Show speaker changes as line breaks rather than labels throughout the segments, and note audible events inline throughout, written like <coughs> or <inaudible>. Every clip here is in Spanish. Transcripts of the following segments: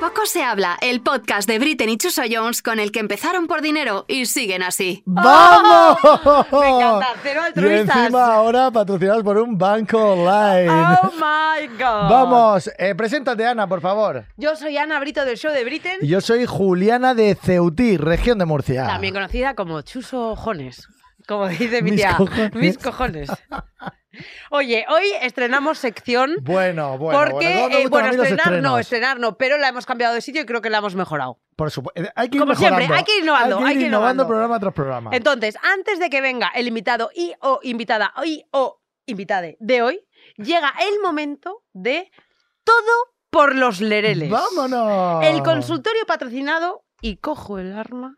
Poco se habla, el podcast de Britney y Chuso Jones con el que empezaron por dinero y siguen así.
¡Vamos!
Me encanta, cero
Y
altruistas.
encima ahora patrocinados por un banco online.
Oh my god.
Eh, Vamos, eh, preséntate Ana, por favor.
Yo soy Ana Brito del show de Britain,
Y Yo soy Juliana de Ceutí, región de Murcia.
también conocida como Chuso Jones, como dice mi
Mis
tía.
cojones.
Mis cojones. Oye, hoy estrenamos sección
Bueno, bueno,
porque
bueno, ¿cómo me
eh,
gustan a
bueno,
mí los
estrenar no,
estrenos?
estrenar no, pero la hemos cambiado de sitio y creo que la hemos mejorado.
Por supuesto, eh, hay que ir
Como
mejorando.
siempre, hay que ir innovando, hay que ir innovando.
programa tras programa.
Entonces, antes de que venga el invitado y o invitada y o invitade de hoy, llega el momento de todo por los lereles.
Vámonos.
El consultorio patrocinado, y cojo el arma,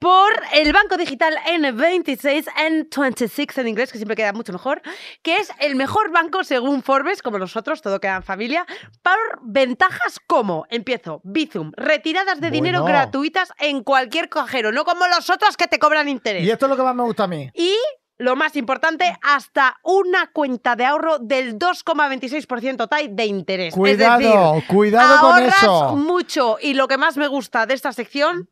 por el banco digital N26, N26 en inglés, que siempre queda mucho mejor, que es el mejor banco según Forbes, como nosotros, todo queda en familia, por ventajas como, empiezo, Bizum, retiradas de dinero
Bueno.
gratuitas en cualquier cajero, no como los otros que te cobran interés.
Y esto es lo que más me gusta a mí.
Y lo más importante, hasta una cuenta de ahorro del 2,26% TAI de interés.
Cuidado,
es decir,
cuidado con
ahorras
eso.
mucho. Y lo que más me gusta de esta sección,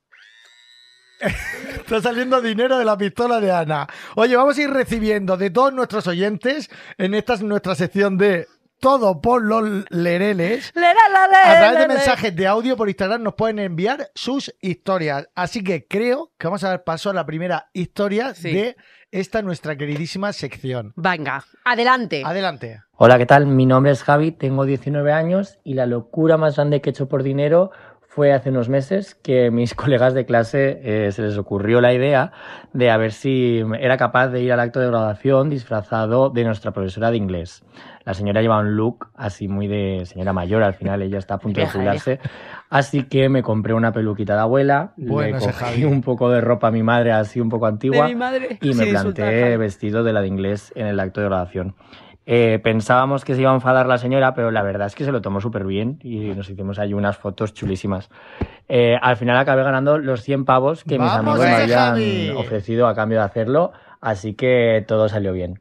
Está saliendo dinero de la pistola de Ana. Oye, vamos a ir recibiendo de todos nuestros oyentes en esta es nuestra sección de todo por los lereles.
le, la, la, le,
A través
le,
de
le.
mensajes de audio por Instagram nos pueden enviar sus historias. Así que creo que vamos a dar paso a la primera historia
Sí.
de esta nuestra queridísima sección.
Venga, adelante.
Adelante.
Hola, ¿qué tal? Mi nombre es Javi, tengo 19 años y la locura más grande que he hecho por dinero fue hace unos meses que <laughs> mis colegas de clase eh, se les ocurrió la idea de a ver si era capaz de ir al acto de graduación disfrazado de nuestra profesora de inglés. La señora lleva un look así muy de señora mayor, al final ella está a punto de
Vieja,
jubilarse, así que me compré una peluquita de abuela,
Bueno,
le
ese Javi.
cogí un poco de ropa a mi madre así un poco antigua
madre.
y me planté vestido de la de inglés en el acto de graduación. Eh, pensábamos que se iba a enfadar la señora, pero la verdad es que se lo tomó súper bien y nos hicimos ahí unas fotos chulísimas. Eh, al final acabé ganando los 100 pavos que mis
¡Vamos,
amigos me
ese
habían
Javi!
ofrecido a cambio de hacerlo, así que todo salió bien.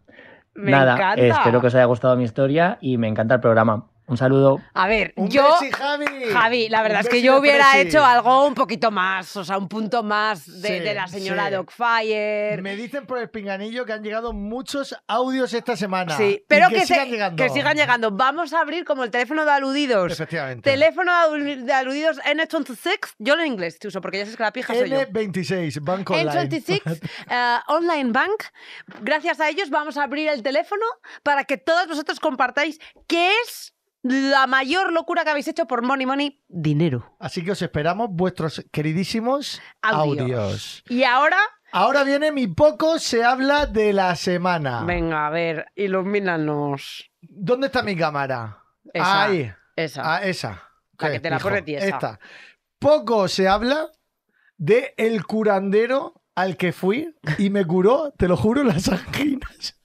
Nada, espero que os haya gustado mi historia y me encanta el programa. Un saludo.
A ver,
Un
yo...
besi, Javi.
Javi, la verdad
Un
es que
besi
yo
de
hubiera
presi.
hecho algo un poquito más, o sea, un punto más de,
Sí,
de la señora
sí.
Dogfire.
Me dicen por el pinganillo que han llegado muchos audios esta semana.
Sí,
Y
pero que, se-
sigan llegando.
que sigan llegando. Vamos a abrir como el teléfono de aludidos.
Efectivamente.
Teléfono de alu- de aludidos N26, yo lo en inglés, uso porque ya sabes que la pija soy yo.
N26, Banco Online.
N26, eh, Online Bank. Gracias a ellos vamos a abrir el teléfono para que todos vosotros compartáis qué es la mayor locura que habéis hecho por Money Money, dinero.
Así que os esperamos vuestros queridísimos
Audios.
audios.
Y ahora,
Ahora viene mi poco se habla de la semana.
venga, a ver, ilumínanos.
¿Dónde está mi cámara?
Esa.
Ahí.
Esa.
Ah, esa.
La
¿Qué?
que te la
Hijo,
pone tiesa.
Esta. Poco se habla de el curandero al que fui y me curó, te lo juro, las anginas.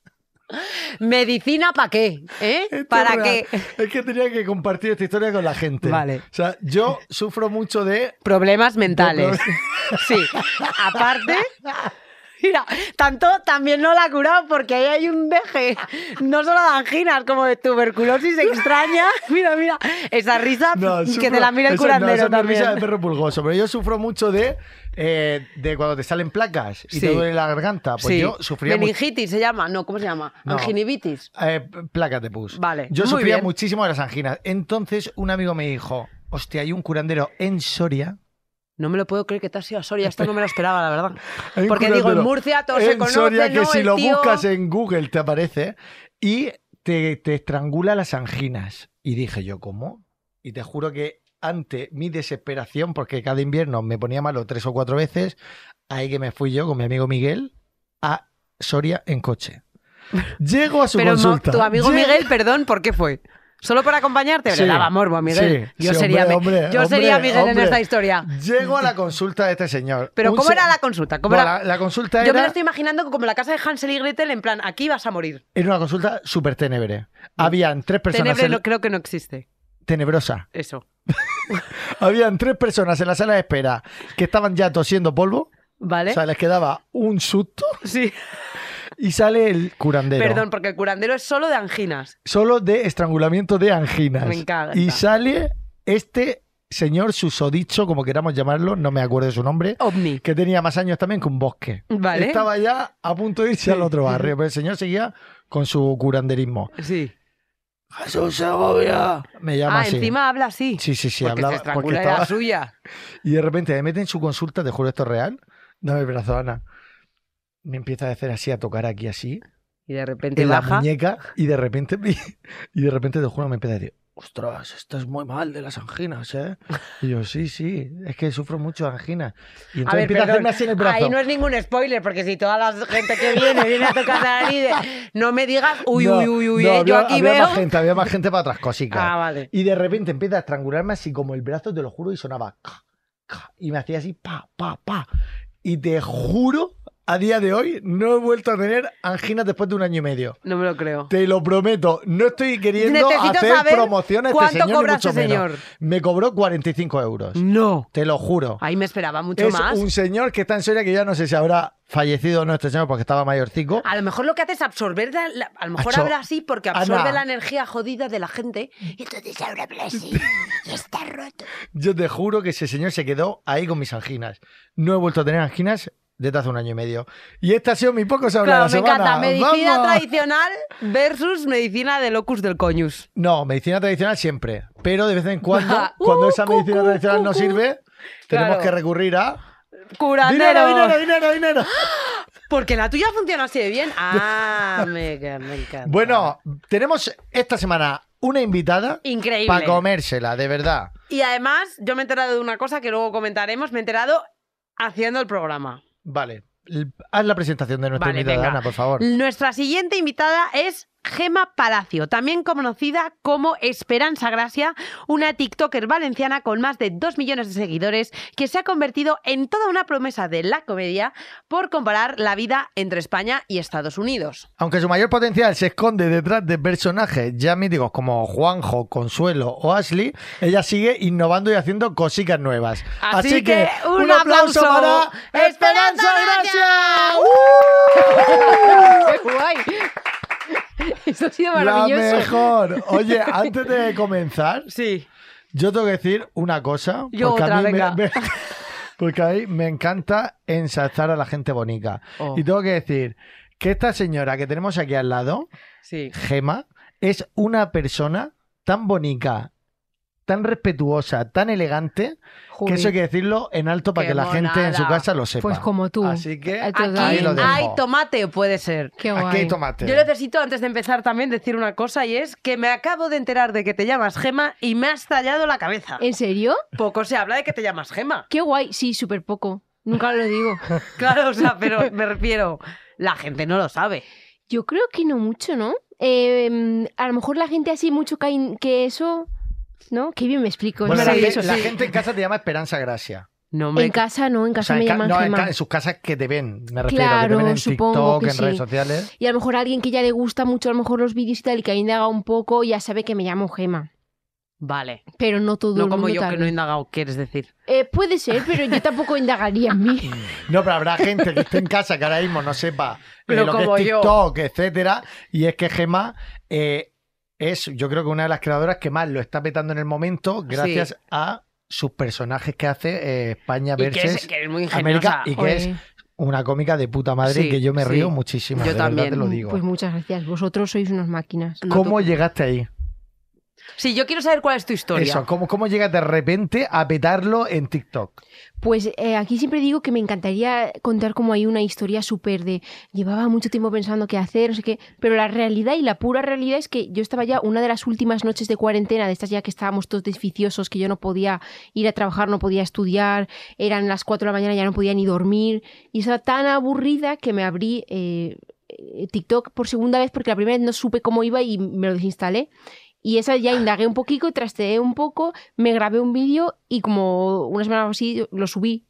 ¿Medicina para qué? ¿Eh?
Esto es
¿Para
real.
qué?
Es que tenía que compartir esta historia con la gente.
Vale.
O sea, yo sufro mucho de...
Problemas mentales. <laughs> Sí. Aparte. Mira, tanto también no la ha curado porque ahí hay un deje, no solo de anginas, como de tuberculosis extraña. <laughs> Mira, mira, esa risa
No,
Ah, que
sufro-
te la mira el
eso-
curandero
no, eso es mi
también.
risa de perro pulgoso, pero yo sufro mucho de, eh, de cuando te salen placas y
Sí.
te duele la garganta. Pues
Sí.
yo sufría mucho.
Meningitis se llama, no, ¿cómo se llama?
No.
Anginivitis.
Eh, placas de pus.
Vale,
Yo
muy
sufría
bien.
muchísimo de las anginas. Entonces, un amigo me dijo: Hostia, hay un curandero en Soria.
No me lo puedo creer que te has ido a Soria, esto no me lo esperaba, la verdad.
<laughs> Hay un
Porque digo, en
curandero
Murcia todo se
en
conoce,
Soria que
¿no?
si
El
lo
tío-
buscas en Google te aparece y te, te estrangula las anginas. Y dije yo, ¿cómo? Y te juro que ante mi desesperación, porque cada invierno me ponía malo tres o cuatro veces, ahí que me fui yo con mi amigo Miguel a Soria en coche. Llego a su
Pero mo-
consulta.
tu amigo
Lle-
Miguel, perdón, ¿por qué fue? Solo por acompañarte,
Sí.
le daba morbo a Miguel.
Sí,
yo
sí,
sería,
hombre,
Mi-
hombre,
yo
hombre,
sería Miguel en
hombre.
esta historia.
Llego a la consulta de este señor.
Pero
Un
¿cómo
se-
era la consulta? ¿Cómo
Bueno,
era?
la, la consulta
Yo me
era,
lo estoy imaginando como la casa de Hansel y Gretel, en plan, aquí vas a morir.
era una consulta súper tenebre. Habían tres personas...
Tenebre
en-
no, creo que no existe.
Tenebrosa.
Eso.
Habían tres personas en la sala de espera que estaban ya tosiendo polvo.
¿Vale?
O sea, les quedaba un susto
sí.
y sale el curandero.
Perdón, porque el curandero es solo de anginas.
Solo de estrangulamiento de anginas.
Me encanta.
Y sale este señor susodicho, como queramos llamarlo, no me acuerdo de su nombre,
Ovni.
que tenía más años también que un bosque.
¿Vale?
Estaba ya a punto de irse al otro barrio, pero el señor seguía con su curanderismo.
Sí.
Jesús Segovia. Me llama
Ah,
así.
encima habla así.
Sí, sí, sí,
porque se
hablaba
estrangula
porque
era
estaba...
suya.
Y de repente me meten en su consulta, te juro, esto es real. Dame el brazo, Ana. Me empieza a hacer así, a tocar aquí así,
Y de repente
en la
baja.
muñeca, y de repente, me- y de repente, te juro, me empieza a decir, ostras, estás muy mal de las anginas, ¿eh? Y yo, sí, sí, es que sufro mucho de anginas. Y entonces empieza a
perdón,
hacerme así en el brazo.
Ahí no es ningún spoiler, porque si toda la gente que viene viene a tocar la nariz, de- no me digas, uy,
No,
uy, uy, uy,
no,
eh,
había,
yo aquí
había
veo.
más gente, había más gente para otras cositas.
Ah, vale.
Y de repente empieza a estrangularme así como el brazo, te lo juro, y sonaba. ca, ca, Y me hacía así, pa, pa, pa. Y te juro, a día de hoy, no he vuelto a tener anginas después de un año y medio.
No me lo creo.
Te lo prometo, no estoy queriendo
Necesito
hacer
saber
promoción a este
cuánto
señor. ni
cobra
mucho
este
menos.
señor.
Me cobró 45 euros.
No.
Te lo juro.
Ahí me esperaba mucho
Es
más.
un señor que está en Soria que ya no sé si habrá fallecido o no este señor porque estaba mayorcico.
A lo mejor lo que hace es absorber, la- la- a lo mejor
Acho,
habla así porque absorbe
Ana.
la energía jodida de la gente y entonces ahora habla
<laughs>
así y está roto.
Yo te juro que ese señor se quedó ahí con mis anginas. No he vuelto a tener anginas desde hace un año y medio. Y este ha sido mi poco sobre la
Claro, me
semana.
encanta. Medicina
¡Vamos!
tradicional versus medicina de locus del coñus.
No, medicina tradicional siempre. Pero de vez en
<laughs>
cuando,
Ah, uh,
cuando esa medicina
cucu,
tradicional no
cucu.
sirve, tenemos
Claro.
que recurrir a...
Curandero.
¡Dinero, dinero, dinero,
<gasps>
dinero!
Porque la tuya funciona así de bien. Ah, me, enca- me encanta.
Bueno, tenemos esta semana una invitada
Increíble.
para comérsela, de verdad.
Y además, yo me he enterado de una cosa que luego comentaremos. Me he enterado haciendo el programa.
Vale, l- haz la presentación de nuestra
Vale,
invitada,
venga.
Ana, por favor.
Nuestra siguiente invitada es Gema Palacio, también conocida como Esperanza Gracia, una TikToker valenciana con más de 2 millones de seguidores que se ha convertido en toda una promesa de la comedia por comparar la vida entre España y Estados Unidos.
Aunque su mayor potencial se esconde detrás de personajes ya míticos como Juanjo, Consuelo o Ashley, ella sigue innovando y haciendo cositas nuevas.
Así que, un aplauso
para Esperanza
Esperanza
Gracia.
<laughs> ¡Qué guay! Esto ha sido
¡Uh! La
maravilloso.
mejor. Oye, antes de comenzar,
Sí.
yo tengo que decir una cosa.
Yo
porque
otra,
a mí me-
venga.
<laughs> me- porque a mí me encanta ensalzar a la gente bonita.
Oh,
Y tengo que decir que esta señora que tenemos aquí al lado,
sí.
Gema es una persona tan bonita, tan respetuosa, tan elegante,
Juli,
que eso hay que decirlo en alto para
Qué
que la gente en su
monada.
casa lo sepa.
Pues como tú.
Así que
Ay,
aquí
tú
Aquí
Ahí
lo dejo.
hay tomate, puede ser.
Qué guay.
hay tomate.
Yo necesito, antes de empezar también, decir una cosa y es que me acabo de enterar de que te llamas Gema y me has tallado la cabeza.
¿En serio?
Poco se habla de que te llamas Gema.
Qué guay. Sí, súper poco. Nunca lo digo.
<laughs> Claro, o sea, pero me refiero, la gente no lo sabe.
Yo creo que no mucho, ¿no? Eh, a lo mejor la gente así mucho que, hay- que eso... ¿No? Qué bien me explico.
Bueno,
es
la, gente,
maravilloso.
la gente en casa te llama Esperanza Gracia.
No me
En casa no, en
O
casa
sea,
me
en, ca-
llaman
no, en
Gemma.
ca- en sus casas que te ven, me refiero, que te
Claro,
ven en
supongo
TikTok,
que
en redes
sí.
sociales.
Y a lo mejor alguien que ya le gusta mucho a lo mejor los vídeos y tal, y que ha indagado un poco, ya sabe que me llamo Gema.
Vale.
Pero no todo
No
el
como
mundo
yo que
tal
no he
vez.
indagado, quieres decir.
Eh, Puede ser, pero yo tampoco indagaría en mí.
No, pero habrá gente que esté en casa que ahora mismo no sepa eh,
Pero
lo que es
como yo.
TikTok, etcétera. Y es que Gema eh, es, yo creo que una de las creadoras que más lo está petando en el momento, gracias
Sí.
a sus personajes que hace eh, España
Y que
versus
es, que es muy
América
ingeniosa.
<laughs> y que es
Joder.
una cómica de puta madre
Sí,
que yo me
sí.
río muchísimo.
Yo
de verdad
también.
te lo digo.
Pues muchas gracias. Vosotros sois unas máquinas.
No,
¿Cómo
tú-
llegaste ahí?
Sí, yo quiero saber cuál es tu historia.
Eso, ¿cómo, ¿cómo llegas de repente a petarlo en TikTok?
Pues eh, aquí siempre digo que me encantaría contar como hay una historia súper de llevaba mucho tiempo pensando qué hacer, no sé qué, pero la realidad y la pura realidad es que yo estaba ya una de las últimas noches de cuarentena, de estas ya que estábamos todos desficiosos, que yo no podía ir a trabajar, no podía estudiar, eran las 4 de la mañana, ya no podía ni dormir, y estaba tan aburrida que me abrí eh, eh, TikTok por segunda vez porque la primera vez no supe cómo iba y me lo desinstalé. Y esa ya indagué un poquito, trasteé un poco, me grabé un vídeo y como una semana o así lo subí.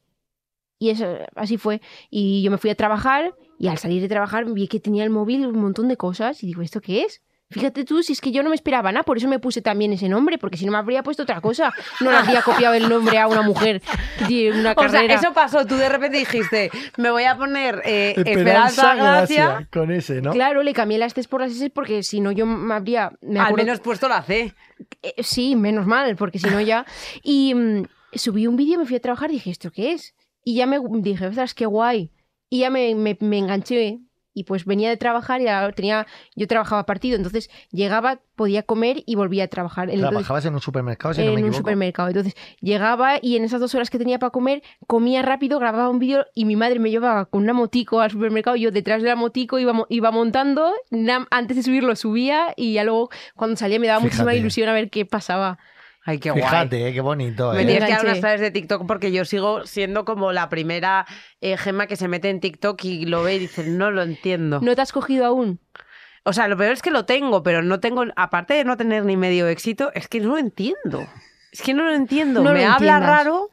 Y eso, así fue. Y yo me fui a trabajar y al salir de trabajar vi que tenía el móvil un montón de cosas y digo, ¿esto qué es? Fíjate tú, si es que yo no me esperaba nada, por eso me puse también ese nombre, porque si no me habría puesto otra cosa. No le habría copiado el nombre a una mujer que tiene una
<laughs> O sea,
carrera.
eso pasó, tú de repente dijiste, me voy a poner eh,
Esperanza,
Esperanza Gracia,
gracia. Con ese, ¿no?
Claro, le cambié las T's por las S porque si no yo me habría... Me
al
acuerdo-
menos puesto la C.
Eh, sí, menos mal, porque si
<laughs>
no ya. Y mm, subí un vídeo, me fui a trabajar, dije, ¿esto qué es? Y ya me gu- dije, ostras, qué guay. Y ya me, me- me enganché. Y pues venía de trabajar y a- tenía, yo trabajaba partido, entonces llegaba, podía comer y volvía a trabajar. Entonces,
Trabajabas en un supermercado, si no
en
me
un
equivoco.
supermercado. Entonces llegaba y en esas dos horas que tenía para comer, comía rápido, grababa un vídeo y mi madre me llevaba con una motico al supermercado. Yo detrás de la motico iba, mo- iba montando, na- antes de subirlo subía y ya luego cuando salía me daba muchísima
Fíjate.
ilusión a ver qué pasaba.
Ay, qué guay.
Fíjate, eh, qué bonito.
Me
eh.
Metí-
tienes que dar
enganché.
unas claves de TikTok porque yo sigo siendo como la primera eh, gema que se mete en TikTok y lo ve y dice, no lo entiendo.
¿No te has cogido aún?
O sea, lo peor es que lo tengo, pero no tengo, aparte de no tener ni medio éxito, es que no lo entiendo. Es que no lo entiendo.
No
me
lo
habla
entiendas.
raro.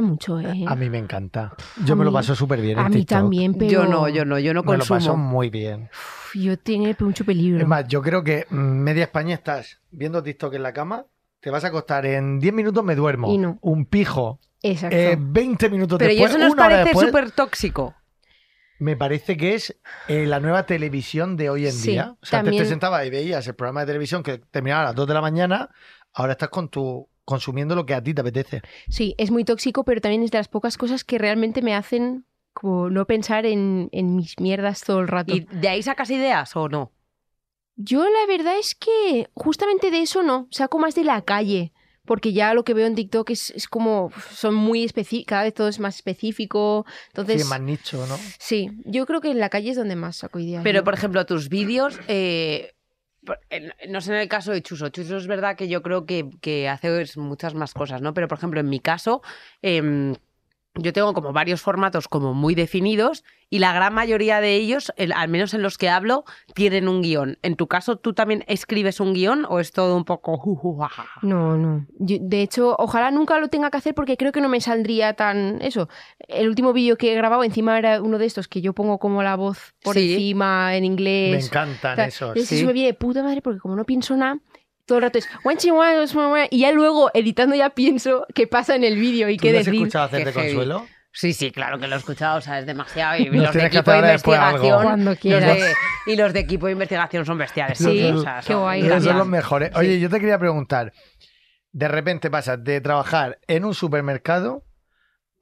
<laughs>
mucho, ¿eh?
A mí me encanta. Yo
A
me lo
mí-
paso súper bien en
A mí
TikTok.
también, pero...
Yo no, yo no, yo no
Me lo paso
consumo.
muy bien.
Uf, yo tenía mucho peligro.
Es más, yo creo que mm, media España estás viendo TikTok en la cama, te vas a acostar en 10 minutos me duermo.
Y no.
Un pijo.
Exacto.
Eh, 20 minutos
Pero ¿y
después,
eso nos
una hora
parece
después,
súper tóxico.
me parece que es eh, la nueva televisión de hoy en
Sí,
día. O sea, antes
también-
te sentabas y veías el programa de televisión que terminaba a las 2 de la mañana, ahora estás con tu consumiendo lo que a ti te apetece.
Sí, es muy tóxico, pero también es de las pocas cosas que realmente me hacen como no pensar en, en mis mierdas todo el rato.
¿Y de ahí sacas ideas o no?
Yo la verdad es que justamente de eso no, saco más de la calle, porque ya lo que veo en TikTok es, es como, uf, son muy específicos, cada vez todo es más específico, entonces...
Sí, más nicho, ¿no?
Sí, yo creo que en la calle es donde más saco ideas.
Pero,
yo.
por ejemplo, tus vídeos, eh, por- en- no sé en el caso de Chuso. Chuso es verdad que yo creo que, que hace muchas más cosas, ¿no? Pero, por ejemplo, en mi caso, em, yo tengo como varios formatos como muy definidos y la gran mayoría de ellos, el- al menos en los que hablo, tienen un guión. En tu caso, ¿tú también escribes un guión o es todo un poco... ju, ju, ja, ja, ja?
No, no. Yo- de hecho, ojalá nunca lo tenga que hacer porque creo que no me saldría tan eso. El último vídeo que he grabado encima era uno de estos que yo pongo como la voz por
Sí.
encima en inglés.
Me encantan
Ta-
esos.
y eso
sí.
se me viene de puta madre porque como no pienso nada, todo el rato es "Guan, chi, guan, guan, guan, guan", y ya luego editando ya pienso qué pasa en el vídeo y
¿Tú
qué
lo has
decir.
escuchado hacer
Qué
de
heavy.
consuelo?
Sí, sí, claro que lo he escuchado, o sea, es demasiado.
<laughs>
Y
Nos
los de
tienes que
equipo de
hacer ahora después algo.
investigación...
Cuando
los
quieras.
de- y los de equipo de investigación son bestiales.
Sí,
también, o sea,
qué guay,
son-
Esos son
gracias.
los mejores. ¿eh? Oye, yo te quería preguntar. De repente pasas de trabajar en un supermercado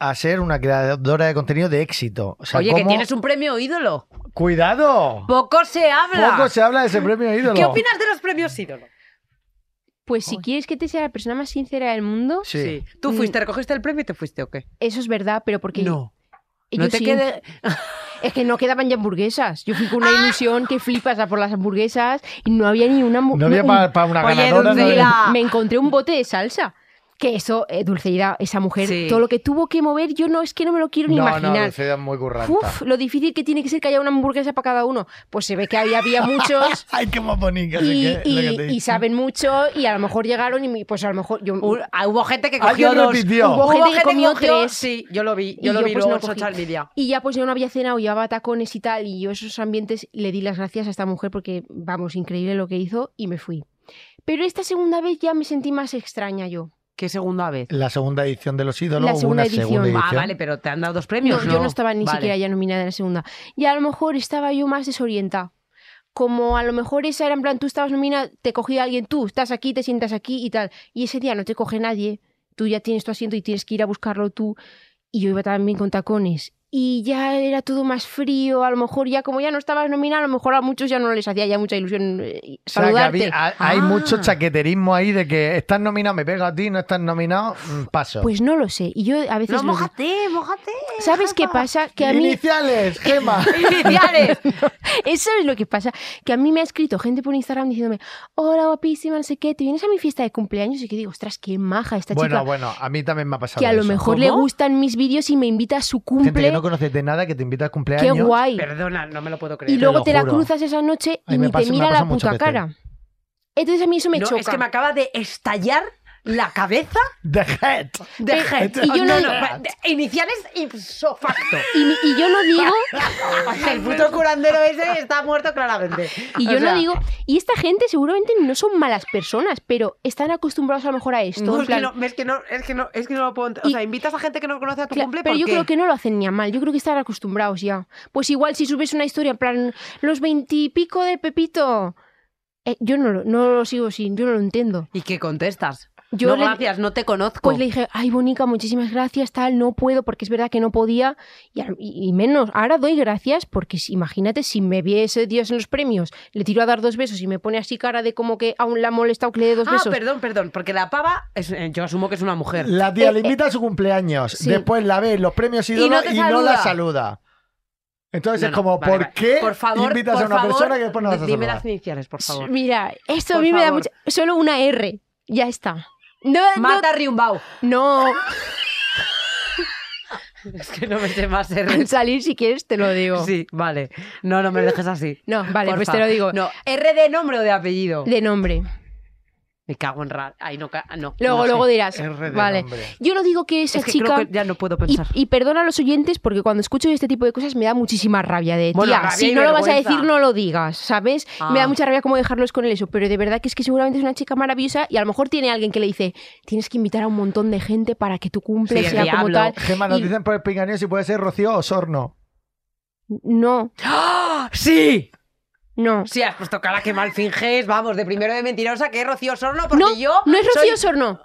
a ser una creadora de contenido de éxito. O sea,
Oye, que
¿cómo-
tienes un premio ídolo.
¡Cuidado!
Poco se habla.
Poco se habla de ese premio ídolo.
¿Qué opinas de los premios ídolo?
Pues si quieres que te sea la persona más sincera del mundo,
Sí.
¿Tú
Mm.
fuiste, recogiste el premio y te fuiste o qué?
eso es verdad, pero porque yo
No te
sí- Mm.
quede.
es que no quedaban ya hamburguesas. Yo fui con
Ah.
una ilusión que flipas a por las hamburguesas y no había ni una hambu-
No había
un-
para una
Oye,
ganadora. no había-
Dulcila.
me encontré un bote de salsa. Que eso, eh, Dulceida, esa mujer,
Sí.
todo lo que tuvo que mover, yo no es que no me lo quiero ni
No, no,
imaginar.
Dulcila es muy curranta.
Uf, lo difícil que tiene que ser que haya una hamburguesa para cada uno. Pues se ve que ahí había
<laughs>
muchos
Ay, qué más bonita.
y,
así que, lo que
y-
te
y
dije.
saben mucho y a lo mejor llegaron y me- pues a lo mejor yo...
Un- ah, Hubo gente que cogió
Alguien
dos.
repitió.
Hubo gente que comió
cogió-
tres.
Sí, yo lo vi.
Y
Yo lo
yo,
vi
pues,
luego
no
en
cogí.
social media.
Y ya pues yo no había cenado, llevaba tacones y tal, y yo esos ambientes le di las gracias a esta mujer porque, vamos, increíble lo que hizo y me fui. Pero esta segunda vez ya me sentí más extraña yo.
¿Qué segunda vez?
La segunda edición de los ídolos.
La
hubo
segunda
una
edición.
segunda edición.
Ah, vale, pero te han dado dos
No,
premios. No,
yo no estaba ni
Vale. <laughs>
siquiera ya nominada en la segunda. Y a lo mejor estaba yo más desorientada. Como a lo mejor esa era en plan, tú estabas nominada, te cogía alguien, tú estás aquí, te sientas aquí y tal. Y ese día no te coge nadie, tú ya tienes tu asiento y tienes que ir a buscarlo tú. Y yo iba también con tacones. Y ya era todo más frío, a lo mejor ya como ya no estabas nominada, a lo mejor a muchos ya no les hacía ya mucha ilusión eh,
O sea, que
saludarte.
había- ha- hay
Ah.
mucho chaqueterismo ahí de que estás nominado, me pega a ti, no estás nominado, mm, paso.
Pues no lo sé. Y yo a veces...
No,
lo-
mojate, mojate.
¿Sabes qué pasa? Que a mí...
Iniciales,
<laughs>
Gema.
Iniciales.
Eso es lo que pasa. Que a mí me ha escrito gente por Instagram diciéndome, hola guapísima, no sé qué, ¿te vienes a mi fiesta de cumpleaños? Y que digo, ostras, qué maja esta
bueno,
chica.
bueno, a mí también me ha pasado.
que a lo
eso.
mejor le gustan mis vídeos y me invita a su
Gente que
cumple.
no conoces de nada que te invita a
qué
cumpleaños.
<laughs>
guay.
Perdona, no me lo puedo creer.
Y
te
luego
lo
te la
juro.
cruzas esa noche
Ay,
y
me
ni
pasa-
te
me
mira
pasa
la
muchas veces.
puta cara. Entonces a mí eso me
No,
choca.
es que me acaba de estallar la cabeza
The Head.
de
Eh,
head.
y yo no-
de- iniciales ipso
<laughs>
facto.
y, mi- y yo
<laughs>
no digo,
El puto curandero ese está muerto claramente.
y
O
yo
sea,
no digo, y esta gente seguramente no son malas personas, pero están acostumbrados a lo mejor a esto.
no,
en
es,
plan,
que no, es que no, es que no, es que no lo puedo ent- O
Y-
sea, invitas a gente que no conoce a tu
Cla-
cumple
pero yo
porque-
creo que no lo hacen ni a mal, yo creo que están acostumbrados ya. Pues igual si subes una historia en plan, los veintipico de Pepito, eh, yo no lo, no lo sigo sin, yo no lo entiendo.
¿Y qué contestas?
Yo
no,
le-
gracias, no te conozco.
Pues le dije, ay, Bonica, muchísimas gracias, tal, no puedo, porque es verdad que no podía, y, a- y- y menos, ahora doy gracias, porque si- imagínate, si me viese Dios en los premios, le tiro a dar dos besos y me pone así cara de como que aún la ha molestado que le dé dos
ah,
besos.
perdón, perdón, porque la pava, es- eh, yo asumo que es una mujer.
La tía
Eh,
le
eh,
invita a su cumpleaños,
sí.
después la ve en los premios
Y
ídolos y,
no te
no, la
saluda.
saluda. Entonces
No,
es
no,
como,
vale,
¿por
vale.
qué
por favor,
invitas
por
a una
favor,
persona que después no vas a
Dime
saludar?
las iniciales, por favor.
Mira, esto a
Por
mí me da
favor.
mucho, solo una R, ya está. No, no-
Marta Riumbau. <laughs>
no,
Es que no me sé más
al <laughs>
<laughs> R.
salir si quieres te lo digo.
Sí, vale. No, no me dejes así.
No, vale,
Por
pues te
favor.
lo digo.
No, R de nombre o de apellido.
De nombre.
Me cago en ra. Ay, no, ca- no.
Luego,
no sé.
luego dirás.
R de
vale.
nombre.
Yo no digo que esa
Es que
chica.
creo que ya no puedo
Y,
pensar.
y perdona a los oyentes porque cuando escucho este tipo de cosas me da muchísima rabia de
Bueno,
tía,
rabia y
si no lo vas a
vergüenza.
decir no lo digas, ¿sabes? Me
Ah.
da mucha rabia como dejarlos con el eso, pero de verdad que es que seguramente es una chica maravillosa y a lo mejor tiene alguien que le dice, tienes que invitar a un montón de gente para que tu cumple
Sí, el
sea como
diablo.
tal.
Gemma, nos
Y-
dicen por el pinganeo si puede ser Rocío o Sorno.
No,
¡Ah! ¡Sí!
no.
Sí, has puesto cara que mal finges. Vamos, de primero de mentirosa que es Rocío Sorno, porque
no,
yo.
no es
soy-
Rocío Sorno.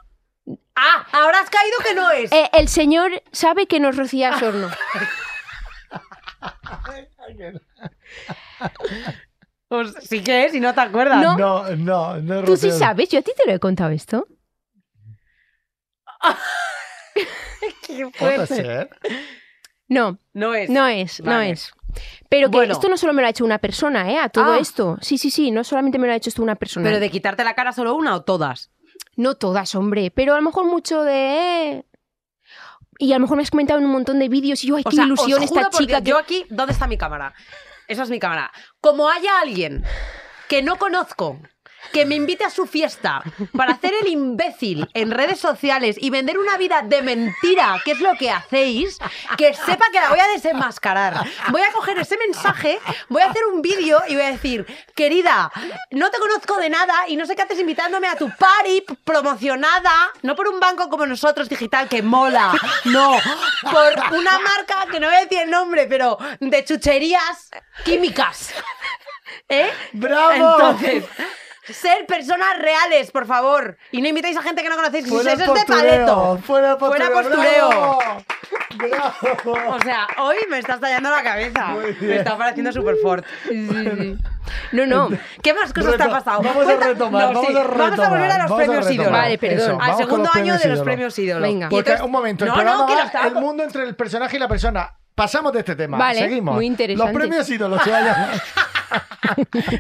¡Ah! Ahora has caído que no es.
Eh, el señor sabe que no
<laughs>
es Rocío Sorno.
Pues sí que es y no te acuerdas.
No.
Ah, No, no, no es
Tú sí
Rocío.
sabes, yo a ti te lo he contado esto.
Qué
Puede
fuerte.
ser.
No,
No es.
no es, no
Vale.
es. Pero que
Bueno.
esto no solo me lo ha hecho una persona, ¿eh? A todo
Ah.
esto. Sí, sí, sí, no solamente me lo ha hecho esto una persona.
Pero de quitarte la cara solo una o todas.
No todas, hombre, pero a lo mejor mucho de... eh. Y a lo mejor me has comentado en un montón de vídeos y yo, ay,
O
qué
sea,
ilusión
os juro
esta
por Dios,
chica. que-
Yo aquí, ¿dónde está mi cámara? Esa es mi cámara. Como haya alguien que no conozco que me invite a su fiesta para hacer el imbécil en redes sociales y vender una vida de mentira, que es lo que hacéis, que sepa que la voy a desenmascarar. Voy a coger ese mensaje, voy a hacer un vídeo y voy a decir, querida, no te conozco de nada y no sé qué haces invitándome a tu party p- promocionada, no por un banco como nosotros digital que mola, no, por una marca que no voy a decir el nombre, pero de chucherías químicas. ¿Eh?
¡Bravo! <laughs>
Entonces, ser personas reales, por favor. Y no invitáis a gente que no conocéis. que
Fuera
Eso es de
postureo,
paleto.
Fuera postureo.
postureo.
¡Bravo! ¡Bravo!
O sea, hoy me está estallando la cabeza.
Muy bien.
Me está pareciendo súper fuerte.
Sí, sí, sí. No,
<laughs>
no.
¿Qué más cosas te
Reto-
han pasado?
vamos a
Cuenta-
retomar,
No, sí.
vamos a retomar,
volver a los
vamos a
premios
retomar.
ídolos.
Vale, perdón.
Eso, vamos
Al
con
segundo
los
año
premios
de los
ídolos.
premios ídolos.
Venga.
Y
Porque,
entonces-
un momento, el,
no,
programa
no, que lo
va
estaba-
el mundo entre el personaje y la persona. Pasamos de este tema.
Vale,
Seguimos.
muy interesante.
Los premios ídolos se
<laughs>
vayan.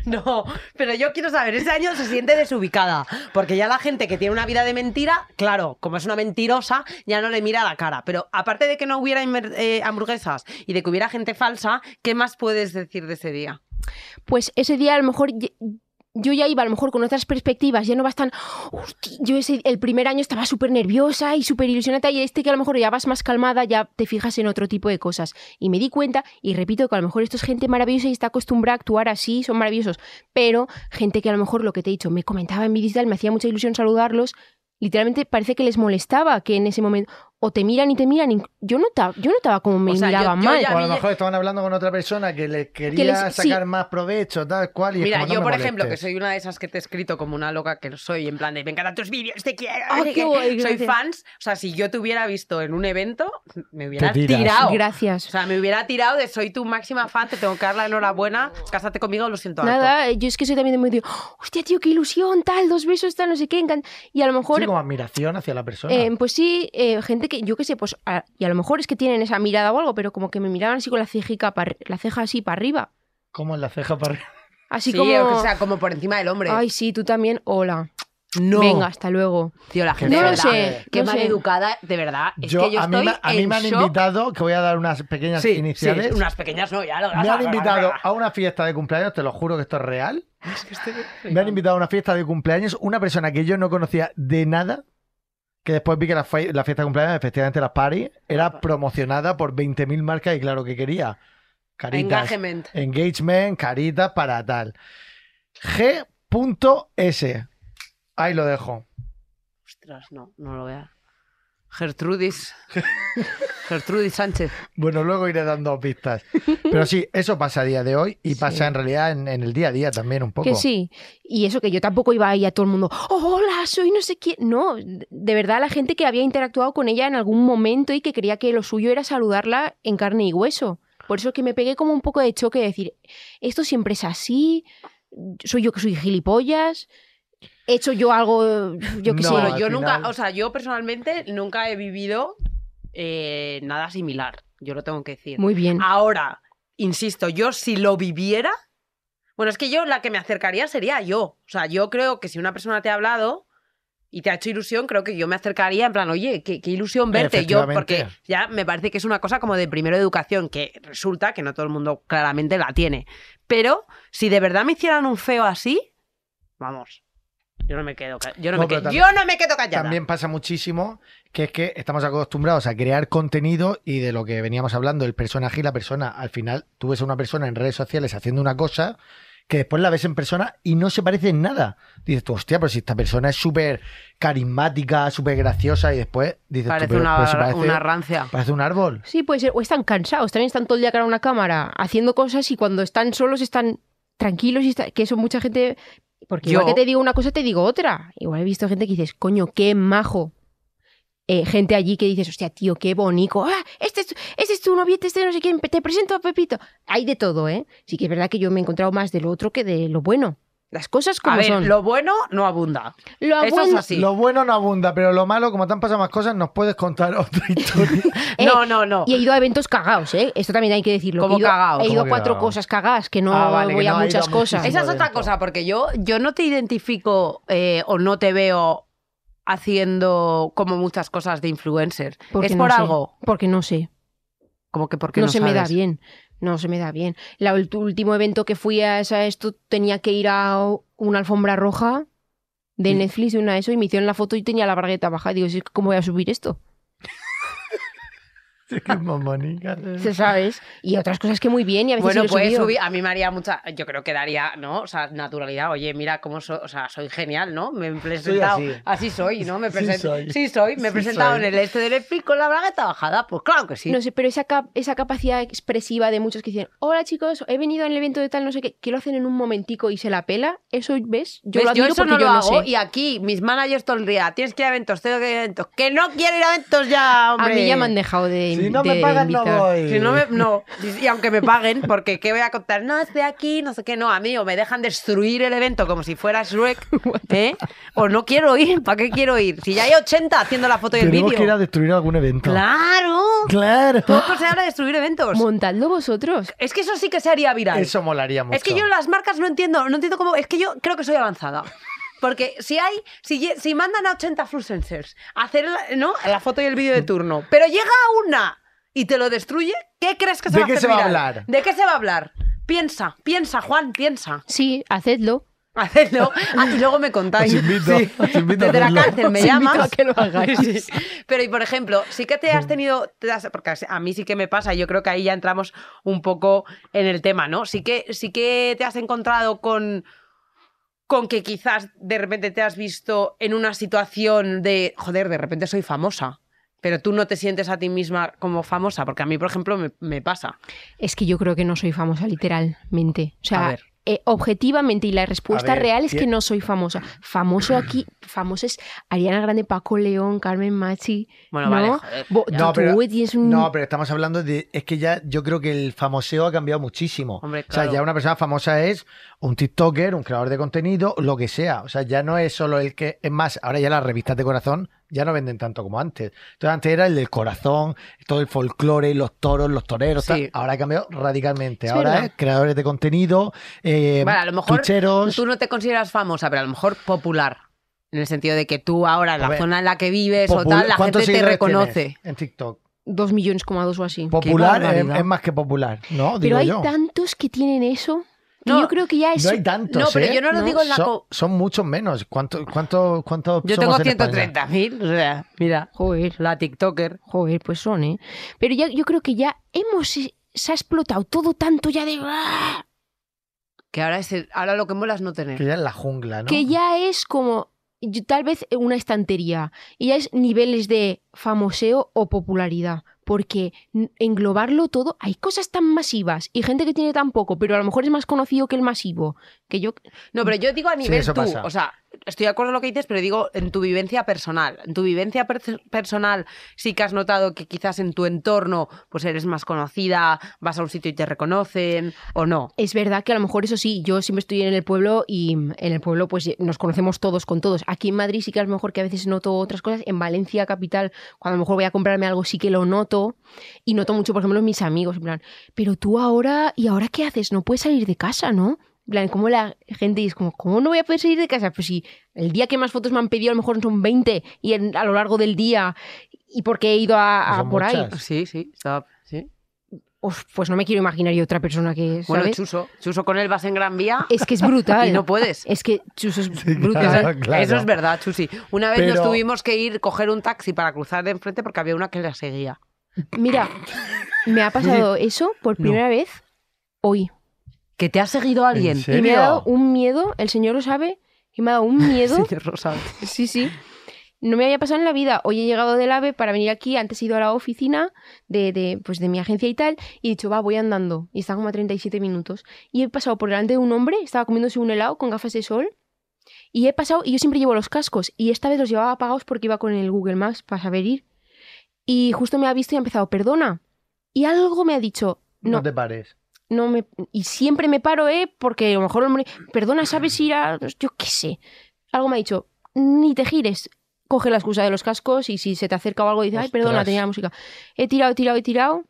No, pero yo quiero saber, ese año se siente desubicada, porque ya la gente que tiene una vida de mentira, claro, como es una mentirosa, ya no le mira la cara. Pero aparte de que no hubiera inmer- eh, hamburguesas y de que hubiera gente falsa, ¿qué más puedes decir de ese día?
Pues ese día a lo mejor ye- yo ya iba a lo mejor con otras perspectivas, ya no vas tan... "Hosti-". Yo ese- el primer año estaba súper nerviosa y súper ilusionada y este que a lo mejor ya vas más calmada, ya te fijas en otro tipo de cosas. Y me di cuenta, y repito que a lo mejor esto es gente maravillosa y está acostumbrada a actuar así, son maravillosos, pero gente que a lo mejor lo que te he dicho, me comentaba en mi digital, me hacía mucha ilusión saludarlos, literalmente parece que les molestaba que en ese momento o te miran y te miran, inc- yo notaba, yo notaba como me
O sea, yo-
miraban
yo
mal.
ya-
O a lo
mí-
mejor estaban hablando con otra persona que le quería
les- sí.
sacar más provecho, tal cual. Y es
Mira,
como, no
yo,
me
por ejemplo, que
molestes.
soy una de esas que te he escrito como una loca que lo soy, en plan de me encantan tus vídeos, te quiero.
Ah,
no sé
qué guay,
soy
gracias.
fans. O sea, si yo te hubiera visto en un evento, me hubiera
Te tiras.
tirado.
Gracias.
O sea, me hubiera tirado de soy tu máxima fan, te tengo que dar la enhorabuena, cásate conmigo, lo siento. harto".
Nada, eh, yo es que soy también de muy de, "Oh, hostia, tío, qué ilusión, tal, dos besos, tal, no sé qué, encan-". Y a lo mejor,
Sí, como admiración hacia la persona.
em,
eh, pues sí, eh, gente que, yo qué sé, pues, a- y a lo mejor es que tienen esa mirada o algo, pero como que me miraban así con la, cejica pa arri- la ceja así para arriba.
como en la ceja para arriba.
Así
sí,
como,
o sea, como por encima del hombre.
ay, sí, tú también, hola.
No.
Venga, hasta luego.
Tío, la
Que
gente.
no
de
lo
verdad,
sé,
Qué
no
mal
sé.
educada, de verdad. Es
Yo-
que yo
a mí,
estoy
me- a mí
en
me han
shock.
invitado, que voy a dar unas pequeñas
Sí, sí,
iniciales.
unas pequeñas no, ya lo
Me han invitado a una fiesta de cumpleaños, te lo juro que esto es real. Me han invitado a una fiesta de cumpleaños una persona que yo no conocía de nada, que después vi que la, fai- la fiesta de cumpleaños, efectivamente las party, era promocionada por 20.000 marcas y claro que quería. Caritas.
Engagement.
Engagement, caritas para tal. G.S. Ahí lo dejo.
Ostras, no, no lo vea.
<laughs>
Gertrudis. Gertrudis Sánchez.
Bueno, luego iré dando pistas. Pero sí, eso pasa a día de hoy y pasa en realidad en, en el día a día también un poco.
Que sí. Y eso que yo tampoco iba ahí a todo el mundo, hola, soy no sé quién. No, de de verdad la gente que había interactuado con ella en algún momento y que creía que lo suyo era saludarla en carne y hueso. Por eso es que me pegué como un poco de choque de decir, esto siempre es así, soy yo que soy gilipollas, he hecho yo algo, yo que
No,
sé.
bueno, yo
al
nunca,
final-
o sea, yo personalmente nunca he vivido eh, nada similar. Yo lo tengo que decir.
Muy bien.
Ahora, insisto, yo si lo viviera, bueno, es que yo la que me acercaría sería yo. O sea, yo creo que si una persona te ha hablado y te ha hecho ilusión, creo que yo me acercaría en plan, oye, qué, qué ilusión verte yo, porque
Efectivamente.
ya me parece que es una cosa como de primero de educación, que resulta que no todo el mundo claramente la tiene. Pero si de verdad me hicieran un feo así, vamos. Yo no me quedo, ca- yo no
No,
me
pero
quedo,
también-
yo no me quedo callada.
También pasa muchísimo que es que estamos acostumbrados a crear contenido y de lo que veníamos hablando, el personaje y la persona. Al final, tú ves a una persona en redes sociales haciendo una cosa que después la ves en persona y no se parece en nada. Dices tú, hostia, pero si esta persona es súper carismática, súper graciosa y después dices tú,
parece
pero-
una,
pero si parece,
una rancia.
parece un árbol.
Sí, puede ser. O están cansados, también están todo el día cara a una cámara haciendo cosas y cuando están solos están tranquilos y está- que eso mucha gente... Porque
Yo-
igual que te digo una cosa, te digo otra. Igual he visto gente que dices, coño, qué majo. Eh, gente allí que dices, hostia, tío, qué bonito. Ah, este, es, este es tu noviete, este no sé quién, te presento a Pepito. Hay de todo, ¿eh? Sí que es verdad que yo me he encontrado más de lo otro que de lo bueno. Las cosas como
A ver,
son.
lo bueno no abunda.
Lo
eso es
bueno-
así. Sí.
Lo bueno no abunda, pero lo malo, como te han pasado más cosas, nos puedes contar <laughs> otra historia.
Eh,
no, no, no.
Y he ido a eventos cagados, ¿eh? Esto también hay que decirlo. que
¿Cómo
he ido,
cagaos?
He ido
¿Cómo
a
que
cuatro
cagaos?
cosas cagadas, que no
Ah, vale,
voy
que
a
no ha ido
muchas
a
cosas.
muchísimas.
Esa es otra
dentro.
cosa, porque yo, yo no te identifico eh, o no te veo haciendo como muchas cosas de influencer.
Porque
es
no
por
sé,
algo.
Porque no sé.
Como que porque
No,
no,
se me da
sabes.
bien. No se me da bien. La, el último evento que fui a, esa- esto tenía que ir a una alfombra roja de Netflix, de una de eso, y me hicieron la foto y tenía la bargueta baja. Digo, "Sí, ¿cómo voy a subir esto?
Sí, qué mamonica.
Se ¿Sabes? Y otras cosas que muy bien y a veces
Bueno,
sí lo he
pues
subido.
subí- a mí me haría mucha, yo creo que daría, ¿no? O sea, naturalidad, oye, mira cómo soy, o sea, soy genial, ¿no? Me he presentado,
así.
así. soy, ¿no? Me
Sí
presento,
soy.
sí soy. me he
Sí
presentado
soy.
en el este del Netflix con la bragueta bajada, pues claro que sí.
No sé, pero esa, cap- esa capacidad expresiva de muchos que dicen, hola chicos, he venido al evento de tal, no sé qué, que lo hacen en un momentico y se la pela, eso, ¿ves? Yo
¿Ves?
lo admiro
eso
porque
no
yo
lo
no
hago
sé.
y aquí mis managers todo el día, tienes que ir a eventos, tengo que ir a eventos, que no quiero ir a eventos ya,
A
hombre.
mí ya me han dejado de
Si no me
de
pagan, no
invitar.
voy.
Si no, me- no. Y- y aunque me paguen, porque ¿qué voy a contar? No, estoy aquí, no sé qué, no, a mí o me dejan destruir el evento como si fuera
<laughs>
Shrek, ¿eh? O no quiero ir, ¿para qué quiero ir? Si ya hay 80 haciendo la foto y el
Tenemos que ir a
vídeo.
destruir algún evento.
¡Claro!
<gasps> Claro.
Poco se habla de destruir eventos.
Montadlo vosotros.
Es que eso sí que se haría viral.
Eso molaría mucho.
Es que yo las marcas no entiendo, no entiendo cómo. Es que yo creo que soy avanzada. Porque si hay, si, lle- si mandan a 80 influencers a hacer la, ¿no? la foto y el vídeo de turno, pero llega una y te lo destruye, ¿qué crees que se
¿De
va a
qué
hacer
se va a
viral?
hablar?
¿De qué se va a hablar? Piensa, piensa, Juan, piensa. <laughs>
Sí, hacedlo.
Hacedlo. Ah, y luego me contáis.
Os invito, os invito a
Desde la
hacerlo.
cárcel
<laughs>
me
Os invito
llamas.
a que lo hagáis.
Sí, sí. Pero, y por ejemplo, sí que te has tenido. te has- porque a mí sí que me pasa, yo creo que ahí ya entramos un poco en el tema, ¿no? Sí que, sí que te has encontrado con. Con que quizás de repente te has visto en una situación de. Joder, de repente soy famosa. Pero tú no te sientes a ti misma como famosa, porque a mí, por ejemplo, me, me pasa.
Es que yo creo que no soy famosa literalmente. O
A
sea,
ver.
eh, objetivamente y la respuesta
A ver,
real es
tie-
que no soy famosa. Famoso aquí, famoso es Ariana Grande, Paco León, Carmen Machi.
Bueno,
¿no?
vale, joder.
Bo-
ya.
No,
tú
pero-
tienes un-
No, pero estamos hablando de. Es que ya yo creo que el famoseo ha cambiado muchísimo.
Hombre,
O
claro.
sea, ya una persona famosa es un TikToker, un creador de contenido, lo que sea. O sea, ya no es solo el que. Es más, ahora ya las revistas de corazón ya no venden tanto como antes. Entonces, antes era el del corazón, todo el folclore, los toros, los toreros.
Sí.
tal. Ahora ha cambiado radicalmente.
Es
ahora
verdad.
es creadores de contenido, eh,
Vale, a lo mejor
tucheros.
tú no te consideras famosa, pero a lo mejor popular. En el sentido de que tú ahora, en la
ver,
zona en la que vives o
Popul-
tal, la
¿Cuántos
gente te
seguidores
reconoce.
tienes en TikTok.
Dos millones coma dos o así.
Popular es,
barbaridad.
es más que popular, ¿no?
Pero
Pues, Digo
hay
yo.
tantos que tienen eso que
No,
yo creo que ya es.
No hay tantos.
No, pero
¿eh?
yo no lo
No.
digo en la...
son,
co-
son muchos menos. ¿Cuántos cuánto, cuánto
Yo tengo
somos en España?
130.000, o sea, mira,
Joder,
la TikToker.
joder, pues son, ¿eh? Pero ya, yo creo que ya hemos. eh, Se ha explotado todo tanto ya de. ¡ah!
Que ahora, es el- ahora lo que mola es no tener.
Que ya en la jungla, ¿no?
Que ya es como. yo- tal vez una estantería. Y ya es niveles de famoseo o popularidad. Porque n- englobarlo todo, hay cosas tan masivas y gente que tiene tan poco, pero a lo mejor es más conocido que el masivo. Que yo.
No, pero yo digo a nivel
eso
tú.
pasa.
O sea, estoy de acuerdo con lo que dices, pero digo en tu vivencia personal. En tu vivencia per- personal sí que has notado que quizás en tu entorno pues eres más conocida, vas a un sitio y te reconocen, o no.
Es verdad que a lo mejor eso sí, yo siempre estoy en el pueblo y mm, en el pueblo pues eh, nos conocemos todos con todos. Aquí en Madrid sí que a lo mejor que a veces noto otras cosas. En Valencia, capital, cuando a lo mejor voy a comprarme algo sí que lo noto. Y noto mucho, por ejemplo, mis amigos. En plan, pero tú ahora, ¿y ahora qué haces? No puedes salir de casa, ¿no? En plan, como la gente y es como, ¿cómo no voy a poder salir de casa? Pues si el día que más fotos me han pedido a lo mejor son 20 y en- a lo largo del día y porque he ido a, a
Pues Son
por ahí.
muchas.
Sí, sí, está- sí.
Uf, pues no me quiero imaginar yo otra persona que, ¿sabes?
Bueno, Chuso, Chuso con él vas en Gran Vía
es que es
<laughs>
brutal.
y
<laughs>
no puedes.
Es que Chus es
claro.
brutal.
Eso es verdad, Chusi. Una vez
Pero-
nos tuvimos que ir, coger un taxi para cruzar de enfrente porque había una que la seguía.
Mira, me ha pasado eso por primera vez hoy.
¿Que te ha seguido alguien?
¿En
<laughs>
Y me
serio?
ha dado un miedo, el señor lo sabe, y me ha dado un miedo.
Señor Rosado.
sí, sí. No me había pasado en la vida. Hoy he llegado del AVE para venir aquí, antes he ido a la oficina de, de, pues de mi agencia y tal, y he dicho, va, voy andando. Y está como a 37 minutos. Y he pasado por delante de un hombre, estaba comiéndose un helado con gafas de sol, y he pasado, y yo siempre llevo los cascos, y esta vez los llevaba apagados porque iba con el Google Maps para saber ir. Y justo me ha visto y ha empezado, perdona. Y algo me ha dicho,
No.
no,
te pares.
no me y siempre me paro, ¿eh? Porque a lo mejor el hombre, perdona, ¿sabes ir a yo qué sé? Algo me ha dicho, ni te gires. Coge la excusa de los cascos y si se te acerca o algo dices, "Ay, perdona,
Ostras.
tenía la música." He tirado, he tirado, he tirado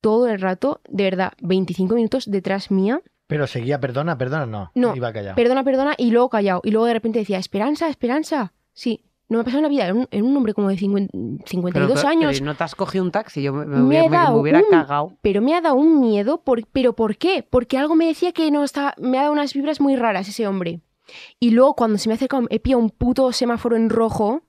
todo el rato, de verdad, 25 minutos detrás mía.
Pero seguía, perdona, perdona, no.
No,
Iba callado.
Perdona, perdona y luego callado y luego de repente decía, "Esperanza, Esperanza." Sí, no me ha pasado en la vida, era un, era un hombre como de 50
Pero,
52
pero,
años.
pero no te has cogido un taxi, yo me, me
Me
hubiera, me-
he
me
dado
hubiera
un-
cagado.
pero me ha dado un miedo, por- pero ¿por qué? Porque algo me decía que no estaba, me ha dado unas vibras muy raras ese hombre. Y luego cuando se me ha acercado, he pillado un puto semáforo en rojo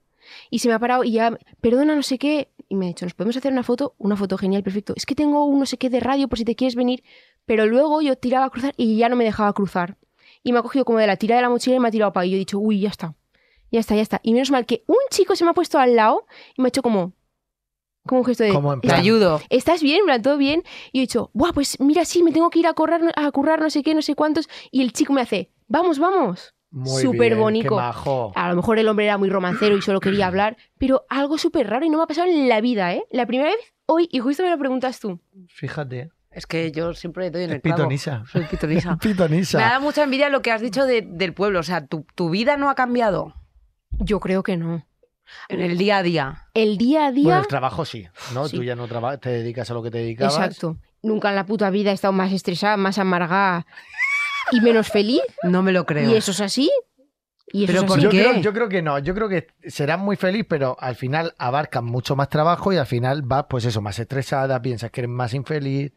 y se me ha parado y ya, perdona, no sé qué, y me ha dicho, ¿nos podemos hacer una foto? Una foto genial, perfecto. Es que tengo un no sé qué de radio por si te quieres venir, pero luego yo tiraba a cruzar y ya no me dejaba cruzar. Y me ha cogido como de la tira de la mochila y me ha tirado para ahí. Yo he dicho, uy, ya está, ya está, ya está. Y menos mal que un chico se me ha puesto al lado y me ha hecho como, como un gesto de...
Como en
Te
plan,
ayudo.
¿estás bien? En plan, ¿todo bien? Y yo he dicho, ¡buah, pues mira, sí, me tengo que ir a correr, a currar no sé qué, no sé cuántos! Y el chico me hace, ¡vamos, vamos!
Muy
súper
bien, qué
bonito.
majo.
Ah.
A lo mejor el hombre era muy romancero y solo quería hablar, pero algo súper raro y no me ha pasado en la vida, ¿eh? La primera vez hoy, y justo me lo preguntas tú.
Fíjate.
Es que yo siempre doy en
Es
el clavo.
pitonisa.
Soy
<laughs>
pitonisa.
Pitonisa.
Me da mucha envidia lo que has dicho de- del pueblo. O sea, tu, tu vida no ha cambiado
Yo creo que no.
en el día a día.
El día a día...
Bueno, el trabajo sí, ¿no?
Sí.
Tú ya no trabajas, te dedicas a lo que te dedicabas.
exacto. Nunca en la puta vida he estado más estresada, más amargada y menos feliz.
No me lo creo.
Y eso es así. Y eso
Pero
es
¿por
así.
Yo
qué?
creo, yo creo que no, yo creo que serás muy feliz, pero al final abarcas mucho más trabajo y al final vas, pues eso, más estresada, piensas que eres más infeliz,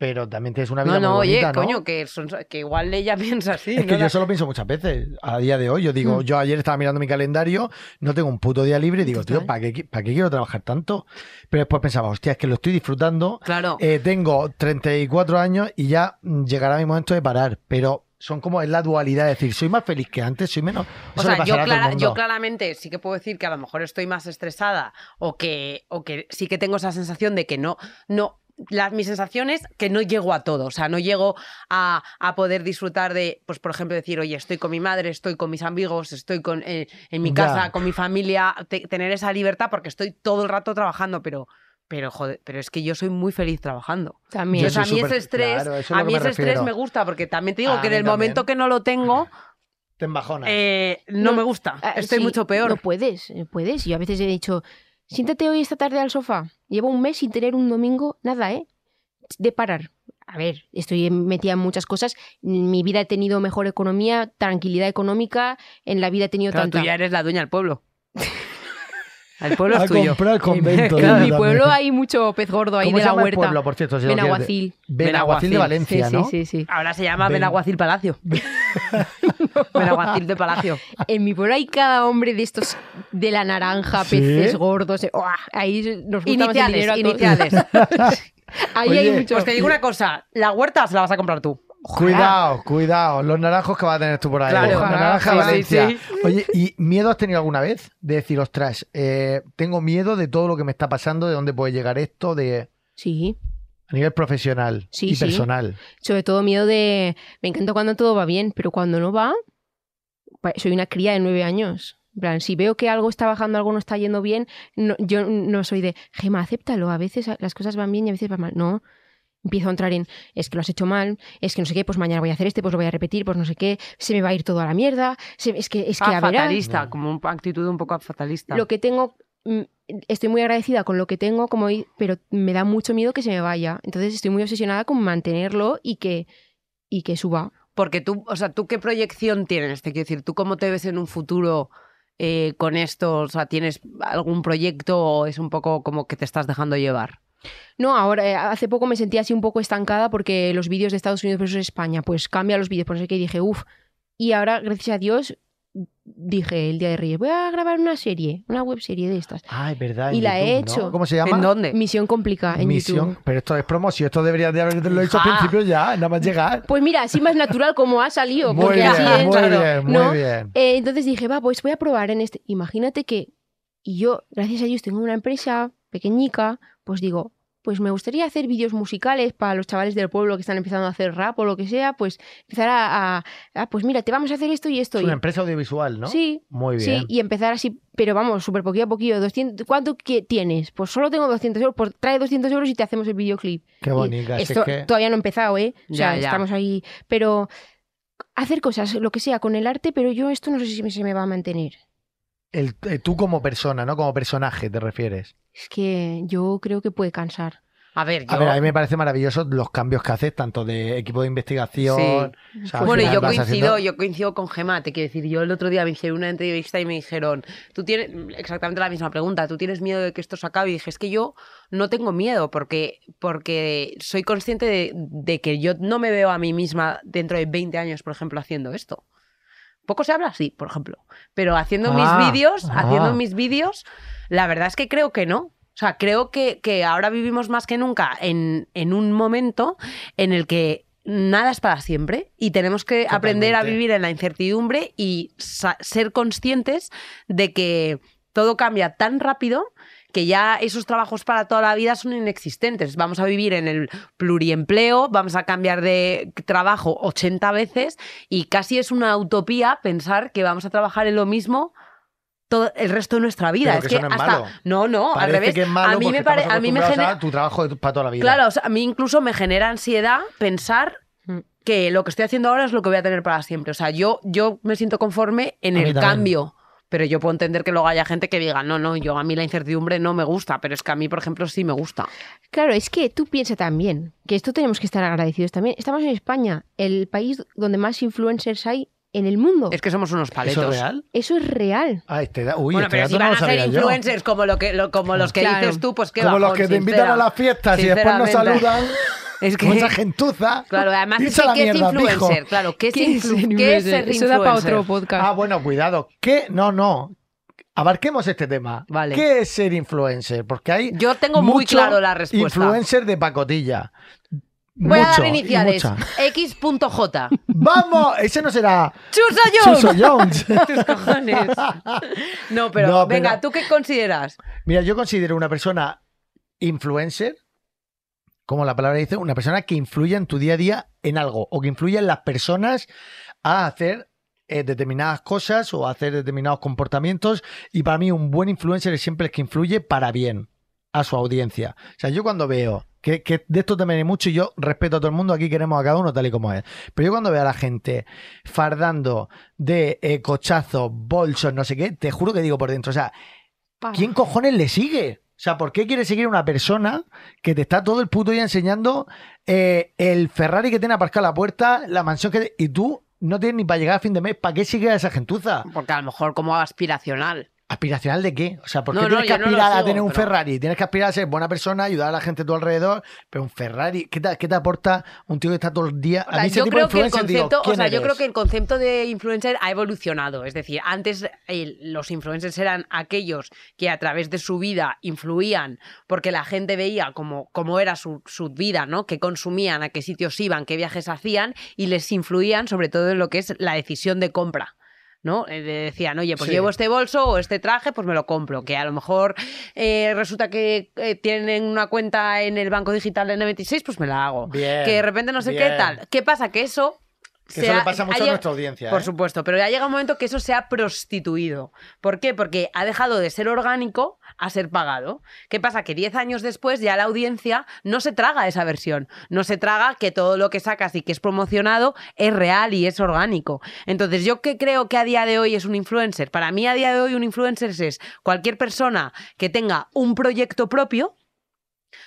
pero también tienes una vida
no, no,
muy
oye,
bonita, ¿no?
coño, que, son- que igual ella <laughs> piensa así.
Es que
¿no? Mm.
yo eso lo pienso muchas veces. A día de hoy, yo digo, yo ayer estaba mirando mi calendario, no tengo un puto día libre y digo, tío, ¿para qué, qui- ¿para qué quiero trabajar tanto? Pero después pensaba, hostia, es que lo estoy disfrutando.
Claro.
Eh, tengo 34 años y ya mm, llegará mi momento de parar, pero son como es la dualidad, es decir, soy más feliz que antes, soy menos.
O
Eso le
sea, yo,
pasará a todo el
clara- yo
mundo.
claramente sí que puedo decir que a lo mejor estoy más estresada o que, o que sí que tengo esa sensación de que no, no, la, mi sensación es que no llego a todo, o sea, no llego a, a poder disfrutar de, pues por ejemplo, decir, oye, estoy con mi madre, estoy con mis amigos, estoy con, eh, en mi
Ya.
casa, con mi familia, te- tener esa libertad porque estoy todo el rato trabajando, pero, pero, joder, pero es que yo soy muy feliz trabajando.
También.
Entonces,
soy
a mí
súper-
ese estrés,
claro, eso es
a
lo
mí
que me
ese estrés
refiero.
me gusta, porque también te digo
A
que en
mí
el momento
también.
que no lo tengo,
Te embajonas.
eh, no,
No,
me gusta.
Ah,
Estoy
sí,
mucho peor.
No puedes, no puedes. Yo a veces he dicho, siéntate hoy esta tarde al sofá. Llevo un mes sin tener un domingo, nada, ¿eh? De parar. a ver, estoy metida en muchas cosas. En mi vida he tenido mejor economía, tranquilidad económica, en la vida he tenido
Claro,
tanta...
tú ya eres la dueña del <laughs> pueblo. El pueblo
a
es tuyo.
comprar el convento.
Claro, <laughs> en mi
yo
pueblo
también.
hay mucho pez gordo ahí
¿Cómo
de
se
la
llama el
huerta.
pueblo, por cierto? si lo quieres decir?
Benaguacil.
Benaguacil de
Benaguacil.
Sí,
Valencia,
sí,
¿no?
sí, sí.
Ahora se llama
Ven.
Benaguacil Palacio. <laughs> Benaguacil de <laughs> Palacio.
En mi pueblo hay cada hombre de estos de la naranja,
¿Sí?
peces gordos. eh, ¡buah! Ahí nos gusta más el dinero a
Iniciales,
todos.
<laughs> iniciales.
<laughs> Ahí
Oye,
hay mucho.
Pues te digo una cosa, la huerta se la vas a comprar tú.
Cuidado, cuidado. Los naranjos que vas a tener tú por ahí.
Claro.
Los
Ojalá,
naranja
sí,
Valencia.
sí,
Oye, ¿y miedo has tenido alguna vez? De decir, ostras, eh, tengo miedo de todo lo que me está pasando, de dónde puede llegar esto, de
Sí,
a nivel profesional
Sí,
y
sí.
personal.
sobre todo miedo de... Me encanta cuando todo va bien, pero cuando no va, pa- soy una cría de nueve años. En plan, si veo que algo está bajando, algo no está yendo bien, no- yo no soy de, Gema, acéptalo. A veces las cosas van bien y a veces van mal. No, empiezo a entrar en, es que lo has hecho mal, es que no sé qué, pues mañana voy a hacer este, pues lo voy a repetir, pues no sé qué, se me va a ir todo a la mierda, se- es que, es que
Ah,
a verás.
fatalista, como una actitud un poco fatalista.
lo que tengo mm, estoy muy agradecida con lo que tengo como di- pero me da mucho miedo que se me vaya entonces estoy muy obsesionada con mantenerlo y que y que suba
Porque tú, o sea, ¿tú qué proyección tienes? Te quiero decir, ¿tú cómo te ves en un futuro eh, con esto? O sea, ¿tienes algún proyecto o es un poco como que te estás dejando llevar?
no ahora eh, hace poco me sentía así un poco estancada porque los vídeos de Estados Unidos versus España pues cambia los vídeos por no sé qué y dije uff y ahora gracias a Dios dije el día de Reyes voy a grabar una serie una web serie de estas
Ah, es verdad. en
Y la he
YouTube, ¿no?
hecho.
¿Cómo se
¿En
llama?
dónde?
misión complicada en
Misión.
YouTube
Pero esto es promoción. Esto debería de haberlo hecho al
Hija.
principio ya, nada más llegar.
pues mira así más natural como ha salido
Muy
porque
bien,
así es
muy
claro,
bien, muy
¿no?
bien.
Eh, entonces dije, va, pues voy a probar en este. Imagínate que y yo, gracias a Dios, tengo una empresa pequeñica, pues digo, pues me gustaría hacer vídeos musicales para los chavales del pueblo que están empezando a hacer rap o lo que sea, pues empezar a, a- ah, pues mira, te vamos a hacer esto y esto.
Es
y-
una empresa audiovisual, ¿no?
Sí,
Muy bien.
sí, y empezar así, pero vamos, súper poquito a poquito. 200, ¿Cuánto que tienes? Pues solo tengo 200 euros, pues trae 200 euros y te hacemos el videoclip.
Qué
Y
bonita. si es
Esto
que-
todavía no he empezado, ¿eh? O sea,
Ya, ya.
estamos ahí. Pero hacer cosas, lo que sea, con el arte, pero yo esto no sé si se me va a mantener.
el- eh, tú como persona, ¿no? Como personaje te refieres.
Es que yo creo que puede cansar.
A ver, yo...
A ver, a mí me parece maravilloso los cambios que haces, tanto de equipo de investigación.
Sí.
o
Pues
sea, al
bueno, y
final
yo
vas
coincido,
haciendo-
yo coincido con Gemma, te quiero decir, yo el otro día me hicieron una entrevista y me dijeron, tú tienes exactamente la misma pregunta, tú tienes miedo de que esto se acabe y dije, es que yo no tengo miedo porque, porque soy consciente de, de que yo no me veo a mí misma dentro de 20 años, por ejemplo, haciendo esto. Poco se habla así, por ejemplo, pero haciendo
Ah,
mis vídeos,
ah.
haciendo mis vídeos, la verdad es que creo que no. O sea, creo que, que ahora vivimos más que nunca en, en un momento en el que nada es para siempre y tenemos que aprender a
Totalmente.
vivir en la incertidumbre y sa- ser conscientes de que todo cambia tan rápido que ya esos trabajos para toda la vida son inexistentes. Vamos a vivir en el pluriempleo, vamos a cambiar de trabajo 80 veces y casi es una utopía pensar que vamos a trabajar en lo mismo todo el resto de nuestra vida.
Pero
es
que
que,
eso no es
hasta
malo.
no, no,
Parece
al revés.
que es malo
a mí
porque
me
estamos
pare- a mí me
acostumbrados
genera
a tu trabajo de- para toda la vida.
Claro, o sea, a mí incluso me genera ansiedad pensar
Mm.
que lo que estoy haciendo ahora es lo que voy a tener para siempre. O sea, yo, yo me siento conforme en
A mí
el
también.
cambio. Pero yo puedo entender que luego haya gente que diga, no, no, yo a mí la incertidumbre no me gusta, pero es que a mí, por ejemplo, sí me gusta.
Claro, es que tú piensa también, que esto tenemos que estar agradecidos también. Estamos en España, el país donde más influencers hay en el mundo.
Es que somos unos
¿Eso es
paletos.
real?
Eso es real.
Ah, este da- Uy,
bueno,
este
pero
dato no
si van
lo
a ser
sabía yo.
influencers como, lo que, lo- como los que
Claro.
dices tú, pues qué
Como los
bajón,
que te invitan
sincera-
a las fiestas y después no
sinceramente.
saludan.
<laughs> Es que-
Con esa gentuza.
Claro, además
Irse a
es
la
que ¿qué es
mierda, pijo.
influencer, claro, ¿qué es, influ- qué es ser
Eso da para otro
influencer?
podcast.
Ah, bueno, cuidado. ¿Qué? No, no. Abarquemos este tema.
Vale.
¿Qué es ser influencer? Porque hay
Yo tengo muy
mucho
claro la respuesta.
Influencer de pacotilla.
Voy a
Mucho
dar
y
iniciales.
mucha.
<laughs> X.J.
¡Vamos! Ese no será
¡Chuso <laughs>
Suso
yo!
Jones.
Tus cojones. No, pero
No, pero-
venga, ¿tú qué consideras?
Mira, yo considero una persona influencer, como la palabra dice, una persona que influye en tu día a día en algo o que influye en las personas a hacer eh, determinadas cosas o a hacer determinados comportamientos. Y para mí un buen influencer es siempre el que influye para bien a su audiencia. O sea, yo cuando veo que, que de esto también hay mucho y yo respeto a todo el mundo, aquí queremos a cada uno tal y como es. Pero yo cuando veo a la gente fardando de eh, cochazos, bolsos, no sé qué, te juro que digo por dentro, o sea,
Para.
Ah.
¿Quién cojones le sigue? sea, ¿por qué quieres seguir a una persona que te está todo el puto día enseñando eh, el Ferrari que tiene aparcado a la puerta, la mansión que... Y tú no tienes ni para llegar a fin de mes. ¿Para qué sigues a esa gentuza?
Porque a lo mejor como aspiracional.
¿Aspiracional de qué? O sea, ¿por qué
No, no,
tienes que
yo no lo
aspirar a
sigo,
tener un
pero-
Ferrari? Tienes que aspirar a ser buena persona, ayudar a la gente a tu alrededor, pero un Ferrari, ¿qué te, qué te aporta un tío que está todo el día?
O
A
sea,
mí ese
yo
tipo de
creo que el
influencer, digo,
concepto, o
¿quién
sea, yo
eres?
creo que el concepto de influencer ha evolucionado. Es decir, antes eh, los influencers eran aquellos que a través de su vida influían porque la gente veía cómo, cómo era su, su vida, ¿no? Qué consumían, a qué sitios iban, qué viajes hacían y les influían sobre todo en lo que es la decisión de compra. ¿no? Eh, le decían, oye, pues
Sí.
llevo este bolso o este traje, pues me lo compro. Que a lo mejor eh, resulta que eh, tienen una cuenta en el banco digital de N26, pues me la hago.
Bien,
que de repente no sé qué
bien.
tal. ¿Qué pasa? Que eso...
Que
se
eso
ha-
le pasa mucho
ha
a
lleg-
nuestra audiencia.
Por
¿eh?
supuesto, pero ya llega un momento que eso se ha prostituido. ¿Por qué? Porque ha dejado de ser orgánico a ser pagado. ¿Qué pasa? Que 10 años después ya la audiencia no se traga esa versión. No se traga que todo lo que sacas y que es promocionado es real y es orgánico. Entonces, ¿yo qué creo que a día de hoy es un influencer? Para mí a día de hoy un influencer es cualquier persona que tenga un proyecto propio,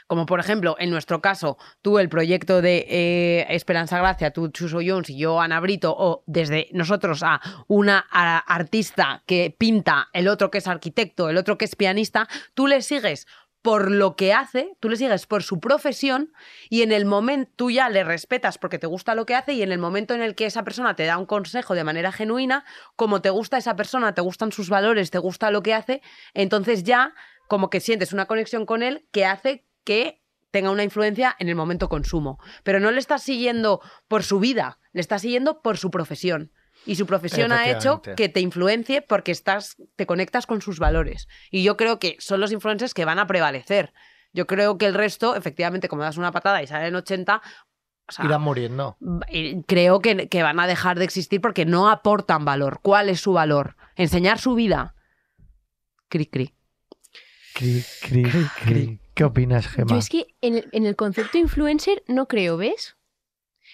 como por ejemplo, en nuestro caso, tú el proyecto de eh, Esperanza Gracia, tú Chuso Jones y yo Ana Brito, o desde nosotros a una a- artista que pinta, el otro que es arquitecto, el otro que es pianista, tú le sigues por lo que hace, tú le sigues por su profesión y en el momento tú ya le respetas porque te gusta lo que hace y en el momento en el que esa persona te da un consejo de manera genuina, como te gusta esa persona, te gustan sus valores, te gusta lo que hace, entonces ya como que sientes una conexión con él que hace que tenga una influencia en el momento consumo. Pero no le estás siguiendo por su vida, le estás siguiendo por su profesión. Y su profesión ha hecho
Efectivamente.
que te influencie porque estás, te conectas con sus valores. Y yo creo que son los influencers que van a prevalecer. Yo creo que el resto, efectivamente, como das una patada y salen 80, o sea,
Irán muriendo.
eh, creo que, que van a dejar de existir porque no aportan valor. ¿Cuál es su valor? Enseñar su vida. Cri, cri.
Cri, cri, cri. ¿Qué opinas, Gemma?
Yo es que en el, en el concepto influencer no creo, ¿ves?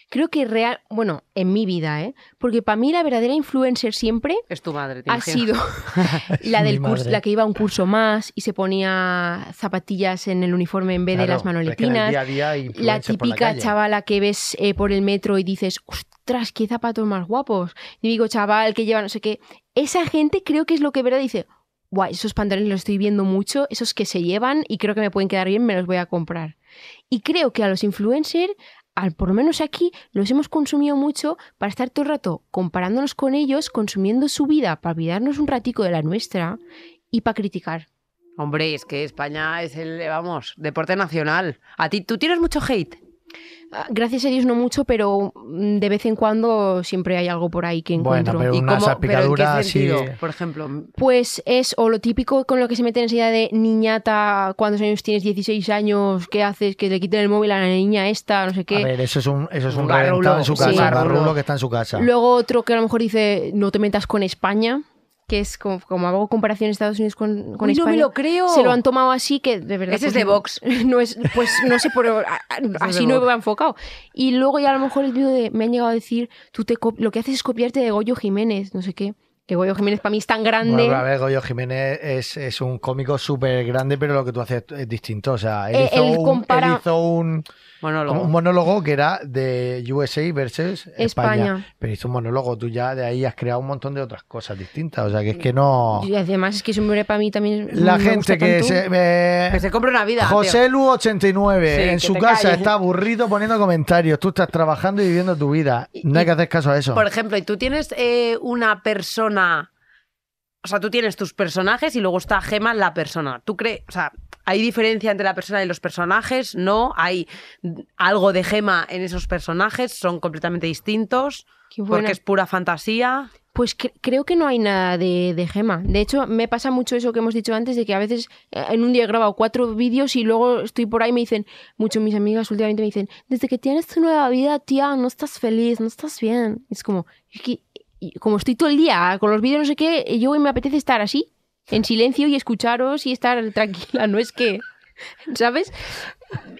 Creo que real, bueno, en mi vida, ¿eh? Porque para mí la verdadera influencer siempre
Es tu madre, te
ha
imagino.
<laughs>
sido la
mi
del curso,
madre.
la que iba a un curso más y se ponía zapatillas en el uniforme en vez de
Claro,
las
pero es que en el
manoletinas.
día a día hay
la
influencers por
típica
calle.
chavala que ves eh, por el metro y dices, ostras, qué zapatos más guapos. Y digo, chaval, que lleva no sé qué. Esa gente creo que es lo que verdad dice, guay, esos pantalones los estoy viendo mucho, esos que se llevan y creo que me pueden quedar bien, me los voy a comprar. Y creo que a los influencers, al por lo menos aquí, los hemos consumido mucho para estar todo el rato comparándonos con ellos, consumiendo su vida, para olvidarnos un ratico de la nuestra y para criticar.
Hombre, es que España es el, eh, vamos, deporte nacional. A ti, tú tienes mucho hate.
Ah, Gracias a Dios no mucho, pero mm, de vez en cuando siempre hay algo por ahí que
Bueno,
encuentro.
pero-
¿Y
Una
cómo, pero en qué
salpicadura así-
sentido? Por ejemplo,
Pues es o lo típico con lo que se mete enseguida de niñata, ¿cuántos años tienes? 16 años, ¿qué haces? Que le quiten el móvil a la niña esta, no sé
A
qué.
ver, eso es un, eso es un,
Un garrulo,
reventado en su
sí,
casa, un
garrulo.
garrulo que está en su casa.
Luego otro que a lo mejor dice, no te metas con España, que es como, como hago comparación Estados Unidos con, con
Uy, no
España.
me lo creo.
Se lo han tomado así que de verdad.
Ese
pues,
es de
no-
Vox.
<laughs> No es, pues no sé, pero
<laughs>
a- a- así no
Vox.
va enfocado. Y luego ya a lo mejor el vídeo de me han llegado a decir, tú te cop- lo que haces es copiarte de Goyo Jiménez, no sé qué. Que Goyo Jiménez para mí es tan grande.
Bueno, a ver, Goyo Jiménez es, es un cómico súper grande, pero lo que tú haces es distinto. O sea, él,
Eh,
hizo,
él
un,
compara-
él hizo un,
monólogo.
un monólogo que era de USA versus España.
España.
Pero hizo un monólogo, tú ya de ahí has creado un montón de otras cosas distintas. O sea, que es que no...
Y además es que ese hombre para mí también. es-
La
me
gente
gusta
que
tanto.
se... eh,
Que se compre una vida. tío.
José Lu 89
Sí,
en
que
su
te
casa
calles.
está aburrido poniendo comentarios. Tú estás trabajando y viviendo tu vida. No hay que hacer caso a eso.
Por ejemplo, y tú tienes eh, una persona. O sea, tú tienes tus personajes y luego está Gema la persona. ¿Tú crees? O sea, ¿hay diferencia entre la persona y los personajes? ¿No? ¿Hay algo de Gema en esos personajes? ¿Son completamente distintos?
Qué buena.
Porque es pura fantasía.
Pues cre- creo que no hay nada de, de gema. De hecho, me pasa mucho eso que hemos dicho antes, de que a veces eh, en un día he grabado cuatro vídeos y luego estoy por ahí y me dicen, mucho mis amigas últimamente me dicen, desde que tienes tu nueva vida, tía, no estás feliz, no estás bien. Y es como, "Es que- y como estoy todo el día con los vídeos, no sé qué, yo hoy me apetece estar así, en silencio y escucharos y estar tranquila, no es que, ¿sabes?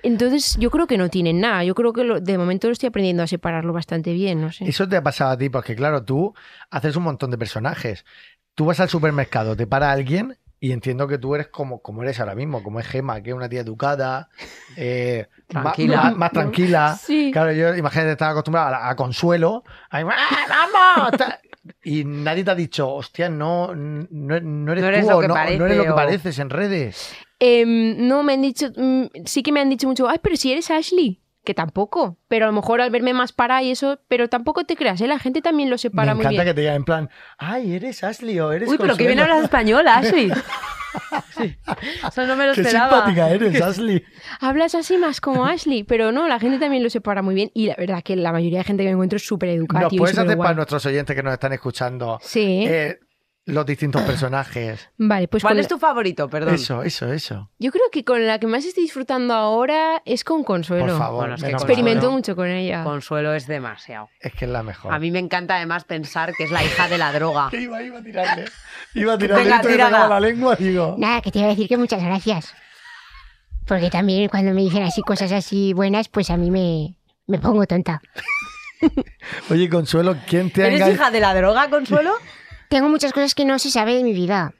Entonces yo creo que no tienen nada, yo creo que lo- de momento lo estoy aprendiendo a separarlo bastante bien, no sé.
Eso te ha pasado a ti, porque claro, tú haces un montón de personajes. Tú vas al supermercado, te para alguien Y entiendo que tú eres como, como eres ahora mismo, como es Gema, que es una tía educada, eh, ma- ma-
Tranquila.
Más, tranquila.
Sí.
Claro, yo imagínate, estaba acostumbrada a, la- a consuelo. a- ¡Ah, ¡Vamos! Ta- Y nadie te ha dicho, hostia, no, no, no eres,
No eres
tú,
lo
o
que
no, no
parece,
eres lo que
o-
pareces en redes.
Em, no, me han dicho, mm, sí que me han dicho mucho, ay, pero si eres Ashley, que tampoco, pero a lo mejor al verme más para y eso, pero tampoco te creas, ¿eh? la gente también lo separa
Me
muy
encanta
bien.
que te digan en plan, ay, eres Ashley o eres
Uy, pero que
Consuelo".
bien hablas español,
<laughs>
Ashley.
Eso no me lo
Qué
este
esperaba.
simpática
<laughs>
eres, Ashley.
Hablas así más como Ashley, pero no, la gente también lo separa muy bien y la verdad que la mayoría de gente que me encuentro es súper educada.
Nos
tío, y
puedes hacer
superguay.
para nuestros oyentes que nos están escuchando
Sí,
eh, los
<coughs>
distintos personajes.
vale, pues
¿Cuál
con
es
la-
tu favorito? Perdón.
Eso, eso, eso.
yo creo que con la que más estoy disfrutando ahora es con Consuelo.
Por favor,
bueno, es que
menos mal.
Experimento mucho con ella.
Consuelo es demasiado.
Es que es la mejor.
A mí me encanta además pensar que es la hija de la droga.
Que iba, iba a tirarle. Iba a tirarle
Venga,
esto que
tírala.
sacaba la lengua, digo.
Nada, que te iba a decir que muchas gracias. Porque también cuando me dicen así cosas así buenas, pues a mí me, me pongo tonta.
Oye, Consuelo, ¿quién te ha
¿Eres
engan-
hija de la droga, Consuelo?
Tengo muchas cosas que no se sabe de mi vida.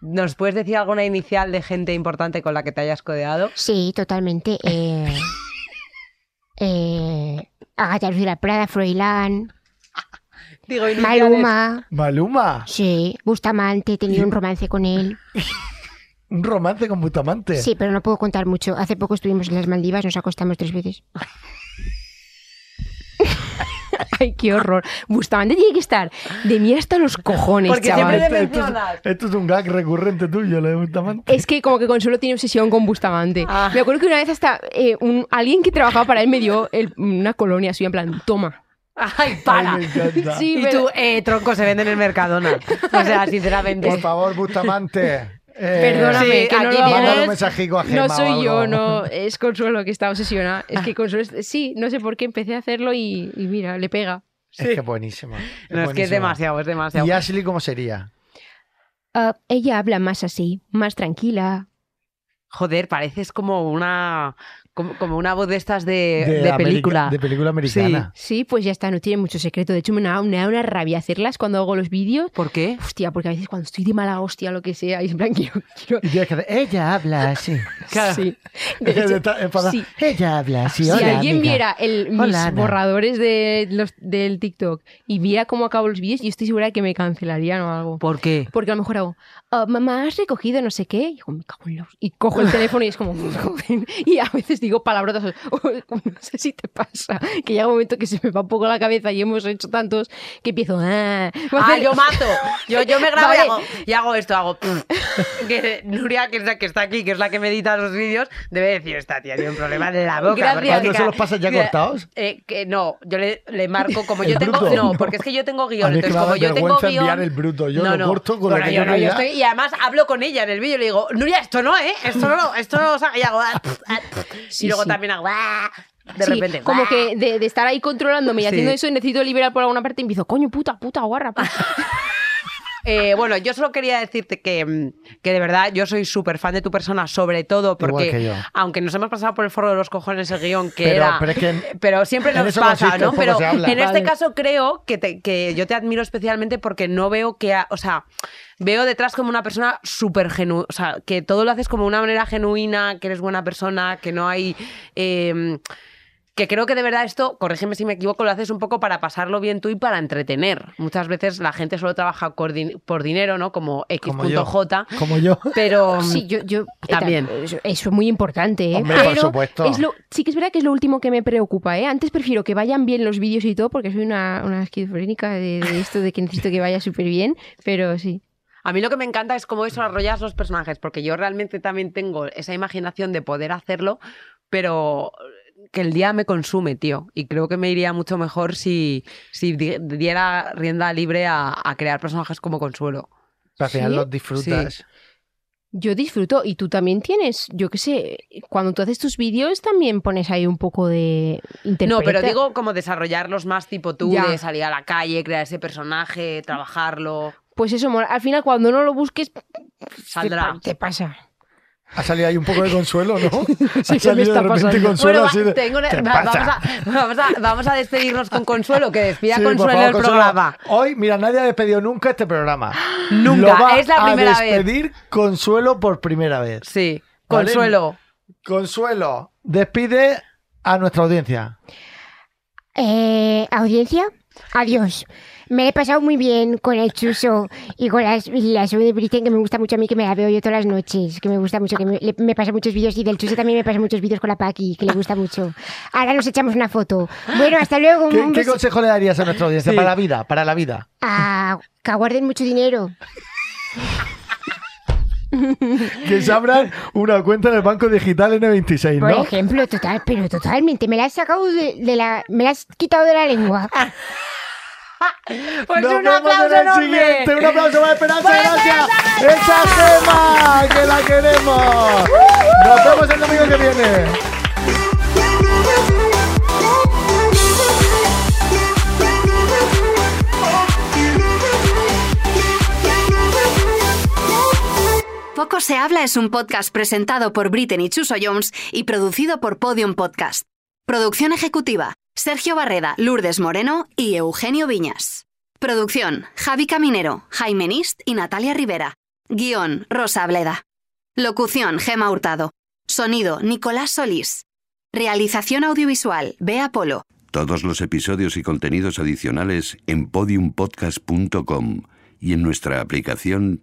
¿Nos puedes decir alguna inicial de gente importante con la que te hayas codeado?
Sí, totalmente.
<laughs>
Eh, eh, Agatha Ruiz de la Prada, Froilán,
Digo, iniciales.
Maluma,
Maluma,
sí, Bustamante, he tenido un romance con él.
un romance con Bustamante.
Sí, pero no puedo contar mucho. Hace poco estuvimos en las Maldivas, nos acostamos tres veces.
Ay, qué horror. Bustamante tiene que estar de mí hasta los cojones,
Porque
chaval.
siempre
Esto-
le
esto, es-
mencionas.
esto es un gag recurrente tuyo, lo de Bustamante.
Es que como que Consuelo tiene obsesión con Bustamante.
Ah.
Me acuerdo que una vez hasta eh, un- alguien que trabajaba para él me dio el- una colonia suya en plan, toma.
Ay, para.
Ay, me encanta.
Sí,
y
pero-
tú, eh, tronco, se vende en el Mercadona. O sea,
Por
sinceramente.
favor, <laughs> Bustamante. eh,
Perdóname,
sí,
que no
aquí tienes-
lo
Mándale un
hagas.
mensajico a Gemma
No soy
o
yo,
algo.
no, es Consuelo que está obsesionada. Es
Ah.
que Consuelo, es- sí, no sé por qué empecé a hacerlo y, y mira, le pega.
Es que buenísimo.
No, es que es
buenísimo.
demasiado, es demasiado.
¿Y Ashley cómo sería?
Ah, ella habla más así, más tranquila.
Joder, pareces como una como, como una voz de estas de, de
Ameri-
película.
De película americana.
Sí, pues ya está, no tiene mucho secreto. De hecho, me da, me da una rabia hacerlas cuando hago los vídeos.
¿Por qué?
Hostia, porque a veces cuando estoy de mala hostia, lo que sea, y es en plan, <laughs> quiero- quiero,
Y tienes que hacer, ella habla <laughs> así.
Claro.
Sí. De hecho,
Está enfadada.
sí.
Ella habla así.
si
hola,
alguien
amiga".
viera el, mis
Hola, Ana.
borradores de los, del TikTok y viera cómo acabo los vídeos, yo estoy segura de que me cancelarían o algo.
¿Por qué?
Porque a lo mejor hago, "Ah, mamá, has recogido no sé qué. Y digo, me cago en la hos-". Y cojo el teléfono y es como, <laughs> "Joder". y a veces digo palabrotas, <laughs> o- no sé si te pasa, que llega un momento que se me va un poco la cabeza y hemos hecho tantos que empiezo, ah, va a
Ah,
hacer-
yo mato. Yo, yo me grabo y,
Vale.
hago, y hago esto, hago. <laughs> que Nuria, que es la que está aquí, que es la que me edita los vídeos, debe decir, esta tía tiene un problema en la boca.
Gracias.
porque
Ah, ¿no
chica-
se los pasas ya
Mira,
cortados?
eh, que no, yo le, le marco como
¿El
yo tengo.
bruto?
No, porque es que yo tengo guión.
A mí es que
Entonces,
me
como
da
yo tengo
vergüenza
guión.
enviar el bruto, yo lo corto con lo
Bueno,
que
yo
yo
no, yo
quiera.
estoy- Y además hablo con ella en el vídeo y le digo, Nuria, esto no, ¿eh? Esto no, esto no. O sea, y hago. ah, pf, ah, pf.
<laughs> Sí,
y luego
sí.
también hago. ah, de
Sí,
repente.
Como
ah.
que de, de estar ahí controlándome y
Sí.
haciendo eso y necesito liberar por alguna parte y empiezo, coño, puta, puta, guarra. puta".
<laughs> Eh, bueno, yo solo quería decirte que, mm, que de verdad yo soy súper fan de tu persona, sobre todo porque,
Igual que yo.
aunque nos hemos pasado por el forro de los cojones el guión que
Pero-
era.
pero es que-
pero siempre
en
nos
eso
pasa,
consiste,
¿no?
poco
Pero
se
en
habla.
este
Vale.
caso creo que, te- que yo te admiro especialmente porque no veo que. ha- O sea. Veo detrás como una persona súper genuina, o sea, que todo lo haces como de una manera genuina, que eres buena persona, que no hay em, que creo que de verdad esto, corrígeme si me equivoco, lo haces un poco para pasarlo bien tú y para entretener. Muchas veces la gente solo trabaja por, di- por dinero, ¿no? Como
Como yo.
X.J.
Como <laughs> yo.
Pero
<laughs> Sí, yo, yo
También.
eh, Eso, eso es muy importante, ¿eh?
Hombre, por
Pero
supuesto.
Es lo, sí que es verdad que es lo último que me preocupa, ¿eh? Antes prefiero que vayan bien los vídeos y todo, porque soy una, una esquizofrénica de, de esto de que necesito que vaya súper bien, pero sí.
a mí lo que me encanta es cómo desarrollas los personajes, porque yo realmente también tengo esa imaginación de poder hacerlo, pero que el día me consume, tío. Y creo que me iría mucho mejor si, si di- diera rienda libre a, a crear personajes como Consuelo.
Pero al final
¿Sí?
los disfrutas.
Yo disfruto y tú también tienes, yo qué sé, cuando tú haces tus vídeos también pones ahí un poco de...
No, pero
interpreta-
digo como desarrollarlos más tipo tú,
Ya.
de salir a la calle, crear ese personaje, trabajarlo.
Pues eso, mola. al final cuando no lo busques,
Saldrá.
Te, pa- te pasa.
Ha salido ahí un poco de consuelo, <laughs> ¿no? ha
me
salido de
está
repente
pasando.
consuelo
va-
así de,
tengo una- va-
¿Qué
vamos,
pasa?
a, vamos, a, vamos a despedirnos con Consuelo, que despida
Sí, por
Consuelo
favor,
el
Consuelo.
programa.
Hoy, mira, nadie ha despedido nunca este programa. <gasps>
Nunca,
Lo va
es la primera
a
vez.
despedir Consuelo por primera vez.
Sí,
Vale.
Consuelo.
Consuelo, despide a nuestra audiencia.
Eh, audiencia, adiós. Me lo he pasado muy bien con el chuso y con las, y la show de Britain, que me gusta mucho a mí, que me la veo yo todas las noches, que me gusta mucho, que me, le- me pasa muchos vídeos y del chuso también me pasa muchos vídeos con la Paki, que le gusta mucho. Ahora nos echamos una foto. Bueno, hasta luego. un
¿Qué, qué
beso.
consejo le darías a nuestra audiencia
Sí.
para la vida? Para la vida.
Ah, que aguarden mucho dinero.
Que se abran una cuenta en el banco digital N26,
Por
¿no?
ejemplo, total, pero totalmente, me la has sacado de, de la, me la has quitado de la lengua.
Pues
Nos
un
vemos
aplauso
en el
enorme. Pues
siguiente. Un aplauso para Esperanza, gracias. Esa gema que la queremos.
Uh-huh.
Nos vemos el domingo que viene.
Poco se habla es un podcast presentado por Britten y Chuso Jones y producido por Podium Podcast. Producción ejecutiva: Sergio Barreda, Lourdes Moreno y Eugenio Viñas. Producción: Javi Caminero, Jaime Nist y Natalia Rivera. Guión: Rosa Bleda. Locución: Gema Hurtado. Sonido: Nicolás Solís. Realización audiovisual: Bea Polo.
Todos los episodios y contenidos adicionales en podiumpodcast.com y en nuestra aplicación